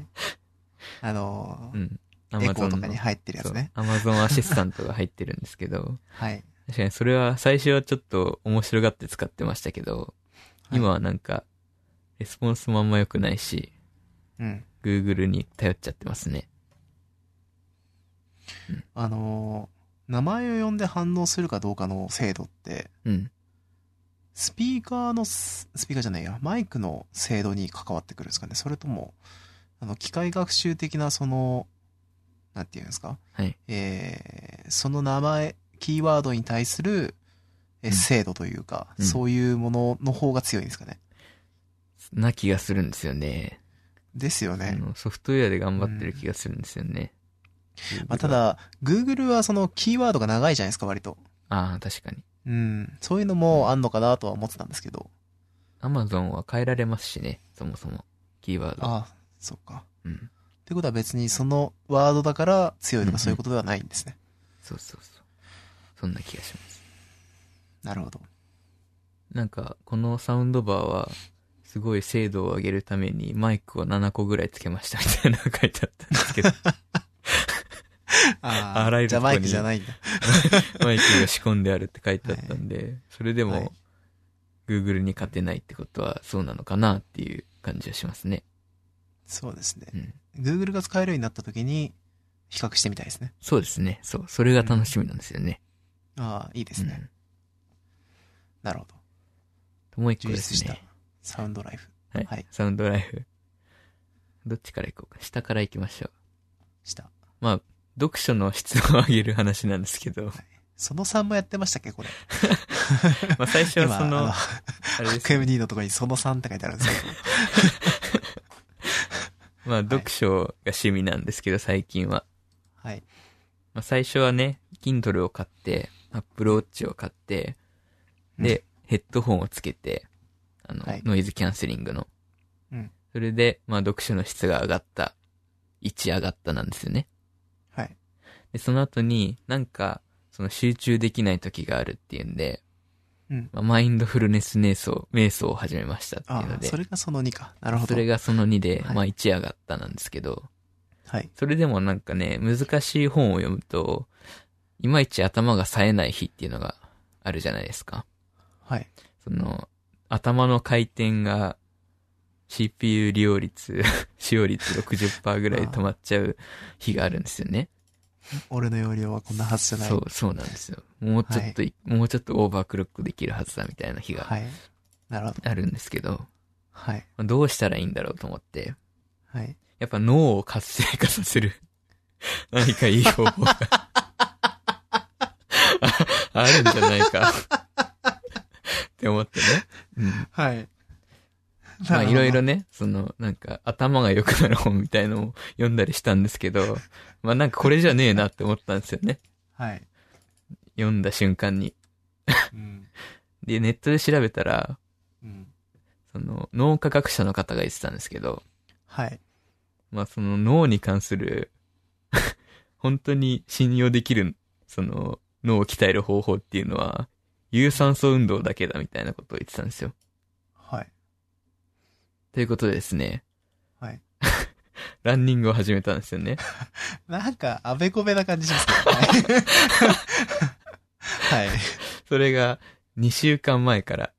S1: あの
S2: うん。ア
S1: ー、エ
S2: マ
S1: コ
S2: ゾ
S1: ーと
S2: ン
S1: か
S2: の
S1: に、入ってるやつね。
S2: アマゾンアシスタントが入ってるんですけど、
S1: はい。
S2: 確かにそれは最初はちょっと面白がって使ってましたけど、
S1: はい
S2: 今はなんか、レスポンスもあんま良くないし、
S1: うん。
S2: Google に頼っちゃってますね。
S1: あのー名前を呼んで反応するかどうかの精度って、
S2: うん。
S1: スピーカーのす、スピーカーじゃないや、マイクの精度に関わってくるんですかね。それとも、あの、機械学習的な、その、なんていうんですか。
S2: はい。
S1: えーその名前、キーワードに対する、え
S2: うん
S1: 精度というか、
S2: うん
S1: そういうものの方が強いんですかね。
S2: な気がするんですよね。
S1: ですよ
S2: あ
S1: ね。
S2: のソフトウェアで頑張ってる気がするんですよね。
S1: まあ、た、だ、Google はそのキーワードが長いじゃないですか、割と。
S2: ああ、確かに。
S1: うん。そういうのもあんのかなとは思ってたんですけど。
S2: Amazon は変えられますしね、そもそも。キーワード。
S1: ああ、そっか。
S2: うん。
S1: ってことは別にそのワードだから強いと
S2: うん
S1: か
S2: うん
S1: そういうことではないんですね。
S2: そうそうそう。そんな気がします。
S1: なるほど。
S2: なんか、このサウンドバーは、すごい精度を上げるためにマイクを7個ぐらいつけましたみたいなのが書いてあったんで
S1: *laughs*
S2: すけど、
S1: あ
S2: あらゆる
S1: じゃあ
S2: とこ
S1: マ
S2: に
S1: イクじゃないんだ。
S2: マイクが仕込んであるって書いてあったんで、それで
S1: は
S2: も
S1: い、
S2: Google に勝てないってことはそうなのかなっていう感じはしますね。
S1: そうですね
S2: う。ん。
S1: Google が使えるようになった時に比較してみたいですね。
S2: そうですね。そう。それが楽しみなんですよね。
S1: ああ、いいですね。なるほど。
S2: うん。もう一個
S1: 充
S2: です
S1: 実
S2: ね。
S1: したサウンドライフ。
S2: はい。
S1: はい
S2: サウンドライフ。どっちから行こうか。下から行きましょう。
S1: した。
S2: 読書の質を上げる話なんですけど、 *laughs*
S1: その3もやってましたっけこれ。
S2: まあ最初はそ
S1: あ
S2: の、
S1: の
S2: あれです、
S1: FM2 のところにその3って書いてあるんですけど。
S2: まあ読書が趣味なんですけど、最近は。
S1: はい。
S2: まあ最初はね、Kindle を買って、Apple Watch を買って、で、ヘッドホンをつけて、あの、
S1: はい
S2: ノイズキャンセリングの。
S1: うん
S2: それで、まあ読書の質が上がった、1上がったなんですよね。
S1: はい。
S2: で、その後に、なんか、そその集中できない時があるっていうんで、
S1: うん。
S2: まあマインドフルネス瞑想、瞑想を始めましたっていう
S1: あ
S2: の
S1: あ、
S2: で、
S1: それがその2か。なるほど。
S2: それがその2で、
S1: はい
S2: まあ1上がったなんですけど、
S1: はい。
S2: それでもなんかね、難しい本を読むと、いまいち頭が冴えない日っていうのがあるじゃないですか。
S1: はい。
S2: その、頭の回転が CPU 利用率、 *laughs* 使用率60%ぐらいで止まっちゃう日があるんですよね。
S1: 俺の容量はこんなはずじゃない。
S2: そう、そうなんですよ。もうちょっとい、もうちょっとオーバークロックできるはずだみたいな日が
S1: はい。なるほど。
S2: あるんですけど、
S1: はい。
S2: まあどうしたらいいんだろうと思って、
S1: はい。
S2: やっぱ脳を活性化さ *laughs* せる何かいい方法がああるんじゃないかって思ってね。うん
S1: はい。
S2: まあいろいろ
S1: ね。
S2: ね、その、なんか頭が良くなる本みたいのを読んだりしたんですけど、まあなんかこれじゃねえなって思ったんですよね。
S1: はい。
S2: 読んだ瞬間に。
S1: うん。
S2: で、ネットで調べたら、
S1: うん。
S2: その、脳科学者の方が言ってたんですけど、
S1: はい。
S2: まあその脳に関する、 *laughs* 本当に信用できる、その、脳を鍛える方法っていうのは、有酸素運動だけだみたいなことを言ってたんですよ。
S1: はい。
S2: ということでですね、
S1: はい。
S2: *laughs* ランニングを始めたんですよね。
S1: なんか、あべこべな感じしますね。はい。はい。
S2: それが2週間前から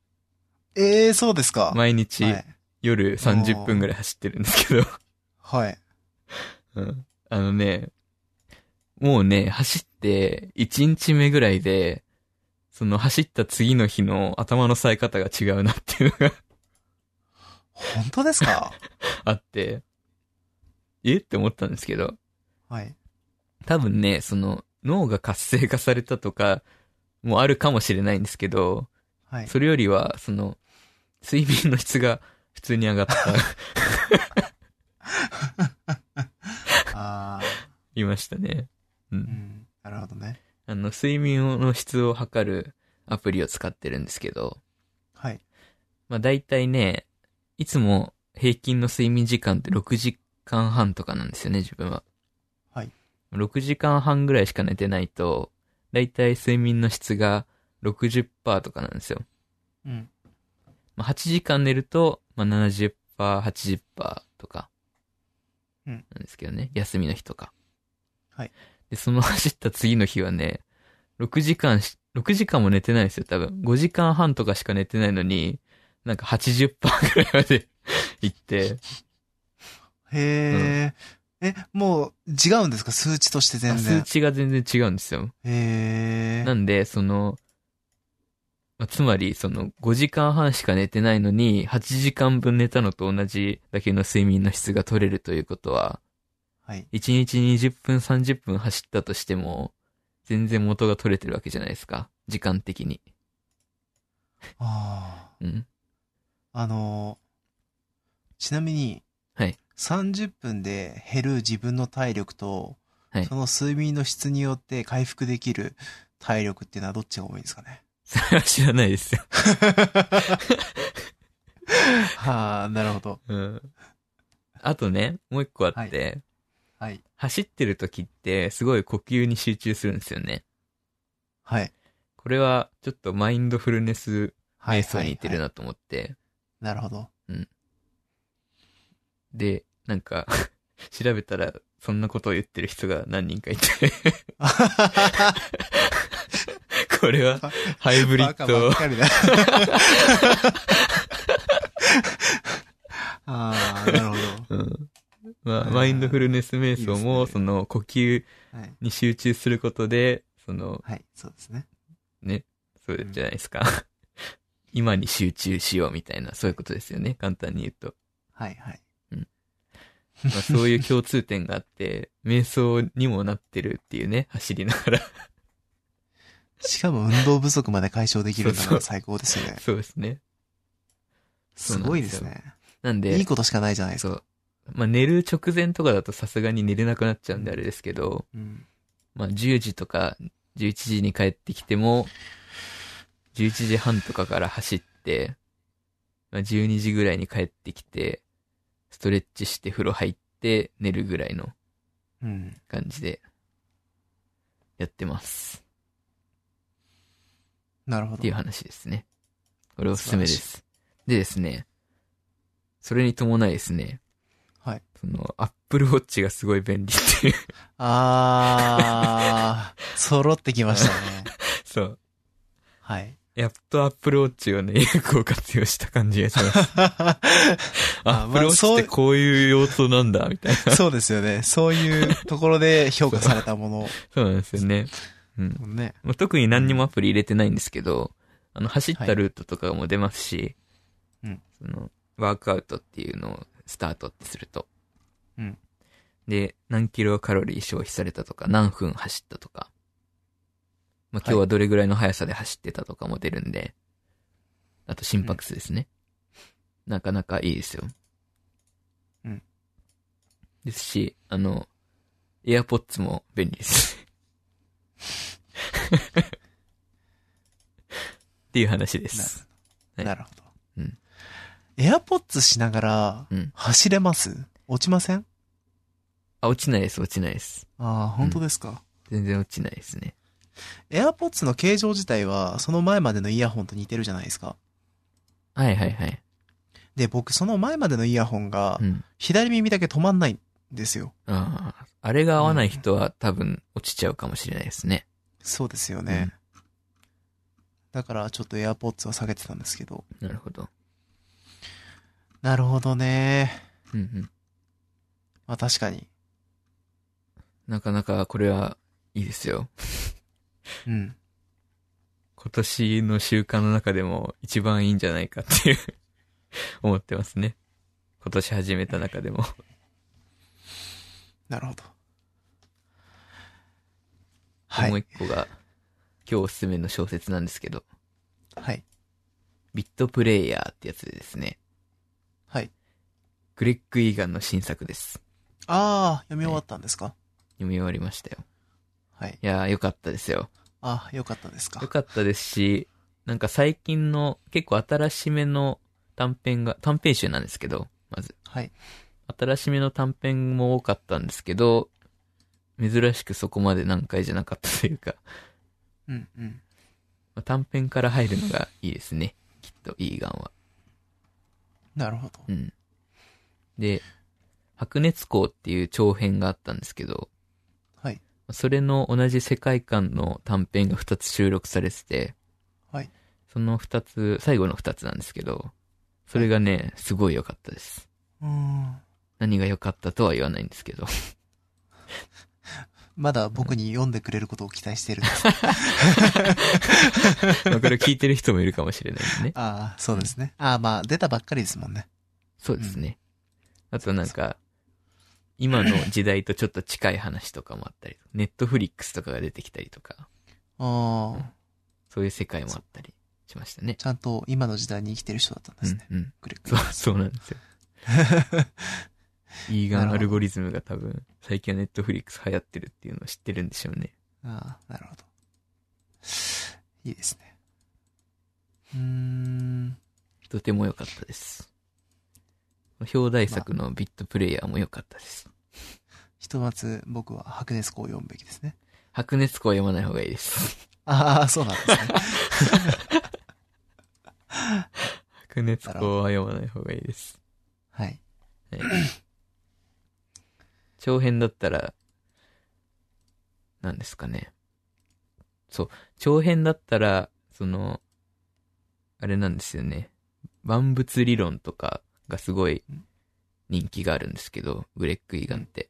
S1: えー、そうですか。
S2: 毎日
S1: はい。
S2: 夜30分ぐらい走ってるんですけど、
S1: はい。
S2: うん、あのね、もうね、走って1日目ぐらいで、その走った次の日の頭の冴え方が違うなっていうのが
S1: 本当ですか
S2: あって、えって思ったんですけど、
S1: はい。
S2: 多分ね、その脳が活性化されたとかもあるかもしれないんですけど、
S1: はい。
S2: それよりは、その、睡眠の質が普通に上がった、
S1: あ
S2: いましたね。う。
S1: ー。うんん。なるほどね。
S2: あの、睡眠の質を測るアプリを使ってるんですけど、
S1: はい。
S2: まあ大体ね、いつも平均の睡眠時間って6時間半とかなんですよね、自分は。
S1: はい。
S2: 6時間半ぐらいしか寝てないと、大体睡眠の質が60%とかなんですよ。
S1: うん。
S2: まあ8時間寝ると、まあ70%、80%とか。
S1: うん
S2: なんですけどね、休みの日とか。
S1: はい。
S2: で、その走った次の日はね、6時間し、6時間も寝てないんですよ、多分。5時間半とかしか寝てないのに、なんか80%ぐらいまで *laughs* 行って、
S1: へー。え、もう、違うんですか数値として全
S2: 数
S1: 然。
S2: 値が全然違うんですよ。
S1: へ
S2: な
S1: ー。
S2: んで、その、まあつまり、その、5時間半しか寝てないのに、8時間分寝たのと同じだけの睡眠の質が取れるということは、
S1: はい。
S2: 1日20分30分走ったとしても、全然元が取れてるわけじゃないですか。時間的に。
S1: あー。 *laughs*
S2: うん。
S1: あのー、ちなみに、
S2: はい
S1: 30分で減る自分の体力と、
S2: はい
S1: その睡眠の質によって回復できる体力っていうのはどっちが多いんですかね
S2: それは知らないですよ。
S1: はあ、なるほど。
S2: うん。あとね、もう一個あって、
S1: はい。
S2: 走ってる時って、すごい呼吸に集中するんですよね。
S1: はい。
S2: これは、ちょっとマインドフルネス
S1: はい。
S2: 瞑想に似てる
S1: はい
S2: なと思って、
S1: なるほど。
S2: で、なんか、 *laughs* 調べたら、そんなことを言ってる人が何人かいて、 *laughs* こ
S1: *laughs*
S2: れは、ハ *laughs* イブリ
S1: バ
S2: ッ
S1: カ
S2: ド
S1: ばっかりだ。 *laughs* ああ、なるほ
S2: うん。ま
S1: は
S2: あ、
S1: い
S2: マインドフルネス瞑
S1: い
S2: 想
S1: い
S2: も、
S1: です
S2: その、呼吸
S1: ど。はい。
S2: に集中することで、その、
S1: はい、そうですね。
S2: ね、そうじゃないですか。 *laughs* 今に集中しようみたいな、そういうことですよね。簡単に言うと。
S1: はい、はい。
S2: まあ、そういう共通点があって、 *laughs* 瞑想にもなってるっていうね、走りながら。
S1: しかも運動不足まで解消できるんだか
S2: そうそ
S1: ら
S2: う
S1: 最高ですよね。
S2: そうですね。
S1: すごいですね。
S2: なんで、
S1: いいことしかないじゃないです
S2: そ
S1: か。
S2: う。まあ、寝る直前とかだとさすがに寝れなくなっちゃうんであれですけど、
S1: うん。
S2: まあ、10時とか11時に帰ってきても、11時半とかから走って、まあ、12時ぐらいに帰ってきて、ストレッチして風呂入って寝るぐらいの
S1: うん。
S2: 感じでやってます。
S1: なるほ
S2: って
S1: ど
S2: いう。話ですね。これおすすめです。でですね、それに伴いですね、
S1: はい。
S2: その、Apple Watch がすごい便利っていう。 *laughs*
S1: あー、 *laughs* 揃ってきましたね。
S2: そう。 *laughs*
S1: はい。
S2: やっと Apple Watch をね、有効活用した感じがします。
S1: あ
S2: Apple
S1: まあそ
S2: Watch
S1: う
S2: ってこういう用途なんだ、みたいな。 *laughs*
S1: そうですよね。そういうところで評価されたも
S2: そうなんですよね。うん。
S1: の。ね。
S2: もう特に何にもアプリ入れてないんですけど、あの、走ったルートとかも出ますし、
S1: はいうん
S2: その、ワークアウトっていうのをスタートってすると。
S1: うん
S2: で、何キロカロリー消費されたとか、何分走ったとか、まあ、今日はどれぐらいの速さで走ってたとかも出るんで、あと心拍数ですね。なかなかいいですよ。
S1: うん。
S2: ですし、あの、AirPods も便利
S1: *laughs*
S2: です。っていう話です。はい
S1: なるほど。
S2: うん
S1: エアポッツしながら
S2: うん、
S1: 走れます、落ちません
S2: あ、落ちないです、落ちないです。
S1: ああ、本当ですか。
S2: 全然落ちないですね。
S1: エアポッツの形状自体は、その前までのイヤホンと似てるじゃないですか。
S2: はいはいはい。
S1: で、僕、その前までのイヤホンが
S2: う、ん。
S1: 左耳だけ止まんないんですよ。
S2: ああ、あれが合わない人は多分落ちちゃうかもしれないですね。
S1: そうですよね。だから、ちょっとエアポッツは下げてたんですけど。
S2: なるほど。
S1: なるほどね。
S2: うんうん。
S1: まあ確かに。
S2: なかなかこれはいいですよ。
S1: うん。
S2: 今年の習慣の中でも一番いいんじゃないかっていう *laughs* 思ってますね。今年始めた中でも。
S1: なるほど。は
S2: もう
S1: い。
S2: 一個が今日おすすめの小説なんですけど、
S1: はい。
S2: ビットプレイヤーってやつでですね、
S1: はい。
S2: グレッグ・イーガンの新作です。
S1: ああ、読み終わったんですか
S2: 読み終わりましたよ。
S1: はい。
S2: いやー、よかったですよ。
S1: ああ、よかったですか
S2: よ。かったですし、なんか最近の結構新しめの短編が、短編集なんですけど、まず。
S1: はい。
S2: 新しめの短編も多かったんですけど、珍しくそこまで難解じゃなかったというか、
S1: うんうん。
S2: まあ短編から入るのがいいですね。きっと、イーガンは。
S1: なるほど。
S2: うん。で、白熱光っていう長編があったんですけど、
S1: はい。
S2: それの同じ世界観の短編が2つ収録されてて、
S1: はい。
S2: その2つ、最後の2つなんですけど、それがね、すごい良かったです。
S1: うーん。
S2: 何が良かったとは言わないんですけ
S1: *laughs*
S2: ど。
S1: まだ僕に読んでくれることを期待してるんです。
S2: まあこれ聞いてる人もいるかもしれないんでね。
S1: *laughs* ああ、そうですね。ああ、まあ、出たばっかりですもんね。
S2: そうですね。あとなんか、今の時代とちょっと近い話とかもあったり、ネットフリックスとかが出てきたりとか、
S1: あ
S2: うん
S1: あ、
S2: そういう世界もあったりしましたね。
S1: ちゃんと今の時代に生きてる人だったんですね。
S2: うん、うん。
S1: グレッ
S2: そ
S1: グ
S2: う、そうなんですよ。イーガンアルゴリズムが多分、最近はネットフリックス流行ってるっていうのを知ってるんでしょうね。
S1: ああ、なるほど。いいですね。うーん。
S2: とても良かったです。表題作のビットプレイヤーも良かったです。
S1: ひとまず僕は白熱光を読むべきですね。
S2: 白熱光は読まない方がいいです。
S1: ああ、そうなんです
S2: *laughs*
S1: ね。
S2: 白熱光は読まない方がいいです。
S1: はい。
S2: 長編だったら、何ですかね。そう。長編だったら、その、あれなんですよね。万物理論とかがすごい
S1: うん
S2: 人気があるんですけど、グレッグ・イーガンって。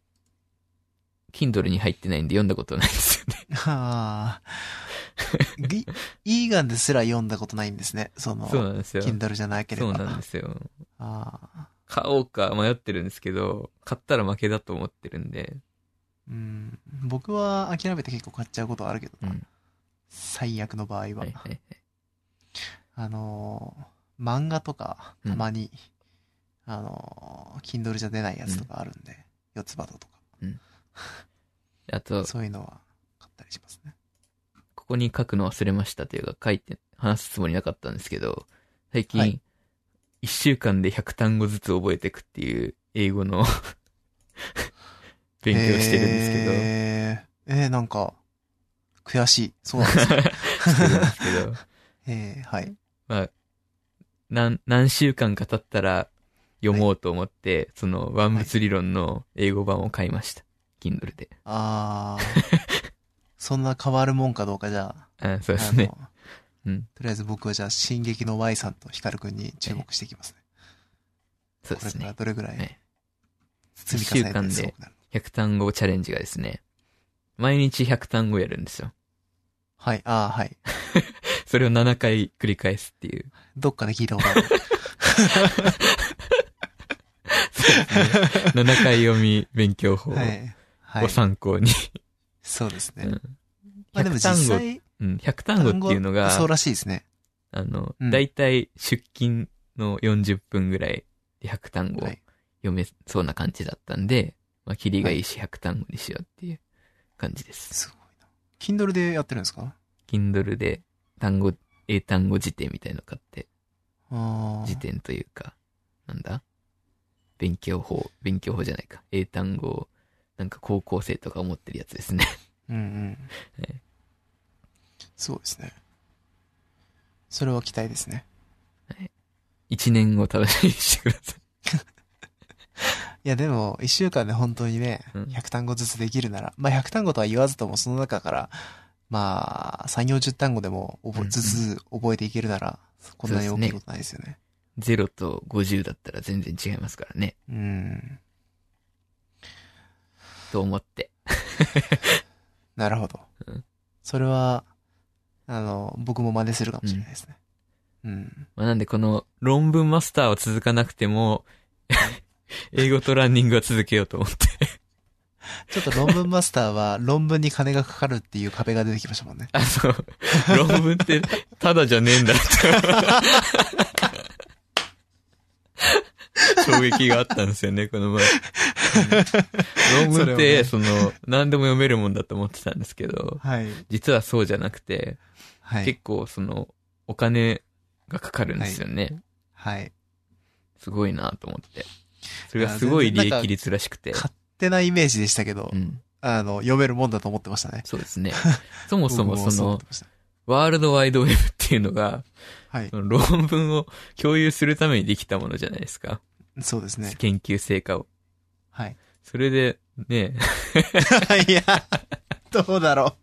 S2: Kindle に入ってないんで読んだことないんですよね。
S1: ああ。ギイーガンですら読んだことないんですね。その、
S2: そうなんですよ。
S1: Kindle じゃなけれ
S2: そう
S1: ば。
S2: なんですよ。
S1: ああ。
S2: 買おうか迷ってるんですけど、買ったら負けだと思ってるんで、
S1: うん。僕は諦めて結構買っちゃうことはあるけど
S2: う
S1: な。
S2: ん。
S1: 最悪の場合は。
S2: はいはいはい。
S1: あのー漫画とか、
S2: うん
S1: たまに、あのー Kindle じゃ出ないやつとかあるんで、四つ葉とか、
S2: あと、
S1: そういうのは買ったりしますね。
S2: ここに書くの忘れましたというか書いて話すつもりなかったんですけど、最
S1: は
S2: 近
S1: い、
S2: 一週間で100単語ずつ覚えていくっていう英
S1: *laughs*
S2: 語の勉強してるんです
S1: えー、えーなんか、悔しい。そうなんです
S2: *laughs*
S1: *laughs*
S2: けど、してるんですけど、
S1: えー、はい。
S2: まあ、何、何週間か経ったら読もうと思って、その万物理論の英語版を買いました。Kindle で。
S1: あー。そんな変わるもんかどうかじゃあ。
S2: あそうです
S1: あ
S2: ね。
S1: の
S2: うん
S1: とりあえず僕はじゃあ、進撃の Y さんとヒカルくんに注目していきますね。
S2: そう
S1: こ
S2: で
S1: れ
S2: す
S1: から
S2: ね。
S1: どれぐら
S2: はいい
S1: 積み重ね
S2: 一週間
S1: て
S2: です
S1: ごくなるのか
S2: 100単語チャレンジがですね、毎日100単語やるんですよ。
S1: はい、あー、はい。
S2: それを7回繰り返すっ
S1: *laughs*
S2: ていう。
S1: どっかで聞いたことある。
S2: *laughs*
S1: *laughs*
S2: 7回読み勉強法
S1: は
S2: を
S1: い。はい。
S2: 参考に。 *laughs*
S1: そうですね。
S2: うん
S1: まあでも
S2: 100
S1: 実
S2: 単語、
S1: 際、
S2: うん、100単語っていうのが、
S1: そうらしいですね。
S2: あの
S1: う、ん
S2: だいたい出勤の40分ぐらいで100単語
S1: はい。
S2: 読めそうな感じだったんで、まあ、キリがいいし100単語にしようっていう感じです。
S1: すごいな。Kindle でやってるんですか
S2: Kindle で単語、英単語辞典みたいの買って、
S1: ああ。
S2: 辞典というか、なんだ勉強法、勉強法じゃないか。英単語を、なんか高校生とか思ってるやつですね。 *laughs*
S1: うんうん
S2: え。
S1: そうですね。それは期待ですね。
S2: 一年を楽しみにしてください。
S1: いやでも、一週間で本当にね、
S2: うん
S1: 100単語ずつできるなら、まあ100単語とは言わずともその中から、まあ、3、40単語でも
S2: うん
S1: 覚
S2: う
S1: え、
S2: ん
S1: ずつ覚えていけるなら、こんなに大きいことないですよね。
S2: 0と50だったら全然違いますからね。
S1: うん。
S2: と思って。
S1: なるほど
S2: うん。
S1: それは、あの、僕も真似するかもしれないですね。うん。
S2: まあ、なんでこの論文マスターは続かなくても、 *laughs* 英語とランニングは続けようと思って。
S1: ちょっと論文マスターは論文に金がかかるっていう壁が出てきましたもんね。
S2: あの、 *laughs* 論文ってただじゃねえんだって。衝撃があったんですよね、この前。うん論文って、その、何でも読めるもんだと思ってたんですけど、
S1: はい。
S2: 実はそうじゃなくて、
S1: はい。
S2: 結構その、お金がかかるんですよね。
S1: はい。
S2: すごいなと思って。それがすごい利益率らしくて。
S1: 勝手なイメージでしたけど、
S2: うん。
S1: あの、読めるもんだと思ってましたね。
S2: そうです *laughs* ね。そもそも
S1: 僕
S2: そう
S1: 思っ
S2: の
S1: て、ました
S2: ワールドワイドウェブっていうのが、
S1: はい
S2: そ。の論文を共有するためにできたものじゃないですか。
S1: そうですね。
S2: 研究成果を。
S1: はい。 *laughs*
S2: それで、ね、
S1: いや、どうだろ
S2: わ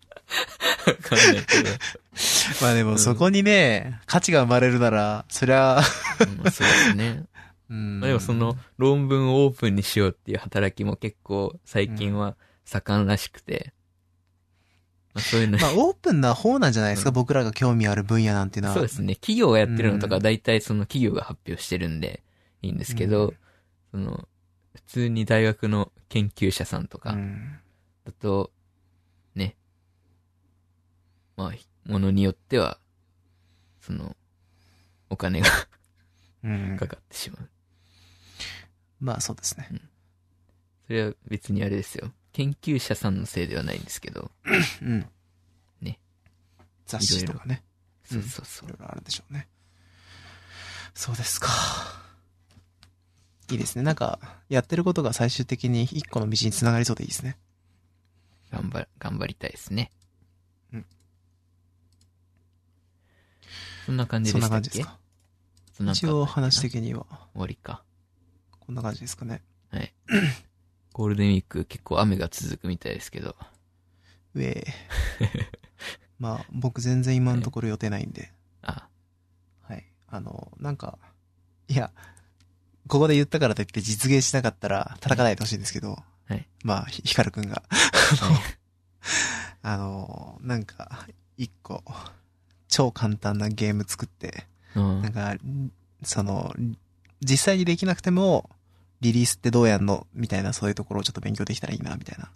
S2: かんないけ *laughs* ど
S1: う。まあで
S2: う
S1: も
S2: ん
S1: そこにね、価値が生まれるなら、そりゃ、
S2: うんまあ。そうですね。
S1: うん
S2: まあでもその、論文をオープンにしようっていう働きも結構最近は盛んらしくて。まあそういうのに
S1: まあオープンな方なんじゃないですか、
S2: うん
S1: 僕らが興味ある分野なんていうのは。
S2: そうですね。企業がやってるのと
S1: う
S2: か、
S1: ん
S2: 大体その企業が発表してるんで、いいんですけど、その、普通に大学の研究者さんと
S1: う
S2: か、
S1: ん。
S2: だと、ね、まあ、ひものによっては、その、お金が
S1: うん。
S2: かかってしまう。
S1: まあそうですね。
S2: それは別にあれですよ。研究者さんのせいではないんですけど、
S1: うん。
S2: ね。
S1: 雑誌とかね。う
S2: そ
S1: ん
S2: うそうそ。
S1: いうろいろあるでしょうね。そうですか。いいですね。なんか、やってることが最終的に一個の道につながりそうでいいですね。
S2: 頑張、頑張りたいですね。
S1: うん。
S2: そんな感じ
S1: そん
S2: で
S1: な感じ
S2: したっけ
S1: ですか。
S2: そんな感じ
S1: 一応話的には、
S2: 終わりか。
S1: こんな感じですかね。
S2: ゴールデンウィーク結構雨が続くみたいですけど。
S1: ウ
S2: *laughs*
S1: ェー。まあ、僕全然今のところ予定ないんで。
S2: あ、
S1: はい。あの、なんか、いや、ここで言ったからといって実現しなかったら叩かないでほしいんですけど、
S2: はい
S1: まあ、ひヒカルくんが、あの、あの、なんか、一個、超簡単なゲーム作って、
S2: うん
S1: なん。か、その、実際にできなくても、リリースってどうやんのみたいな、そういうところをちょっと勉強できたらいいな、みたいな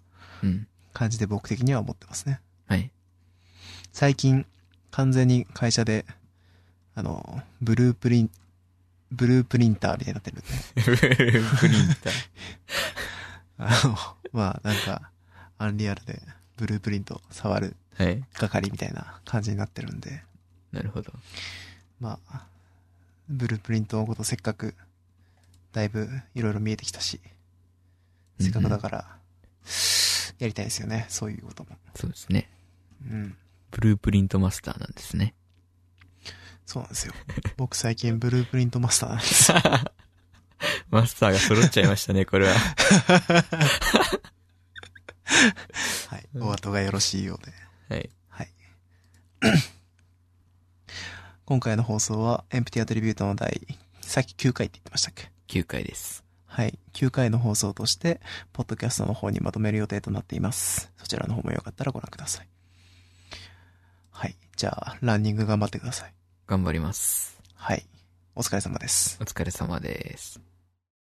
S2: うん。
S1: 感じで僕的には思ってますね。
S2: はい。
S1: 最近、完全に会社で、あの、ブループリン、ブループリンターみたいになってるんで、
S2: *laughs* プリンター。
S1: あの、まあ、なんか、アンリアルで、ブループリント触る
S2: はい。
S1: 係みたいな感じになってるんで、
S2: なるほど。
S1: まあ、ブループリントのことせっかく、だいぶいろいろ見えてきたし、せっかくだから、やりたいですよね、そういうことも。
S2: そうですね。
S1: うん。
S2: ブループリントマスターなんですね。
S1: そうなんです
S2: *laughs*
S1: よ。僕最近ブループリントマスターなんです。
S2: マスターが揃っちゃいましたね、これは。
S1: はい。お後がよろしいようで。
S2: はい。
S1: *coughs* 今回の放送は、エンプティアトリビュートの第、さっき9回って言ってましたっけ
S2: *laughs* 9回です。
S1: はい。9回の放送として、ポッドキャストの方にまとめる予定となっています。そちらの方もよかったらご覧ください。はい。じゃあ、ランニング頑張ってください。
S2: 頑張ります。
S1: はい。お疲れ様です。
S2: お疲れ様です。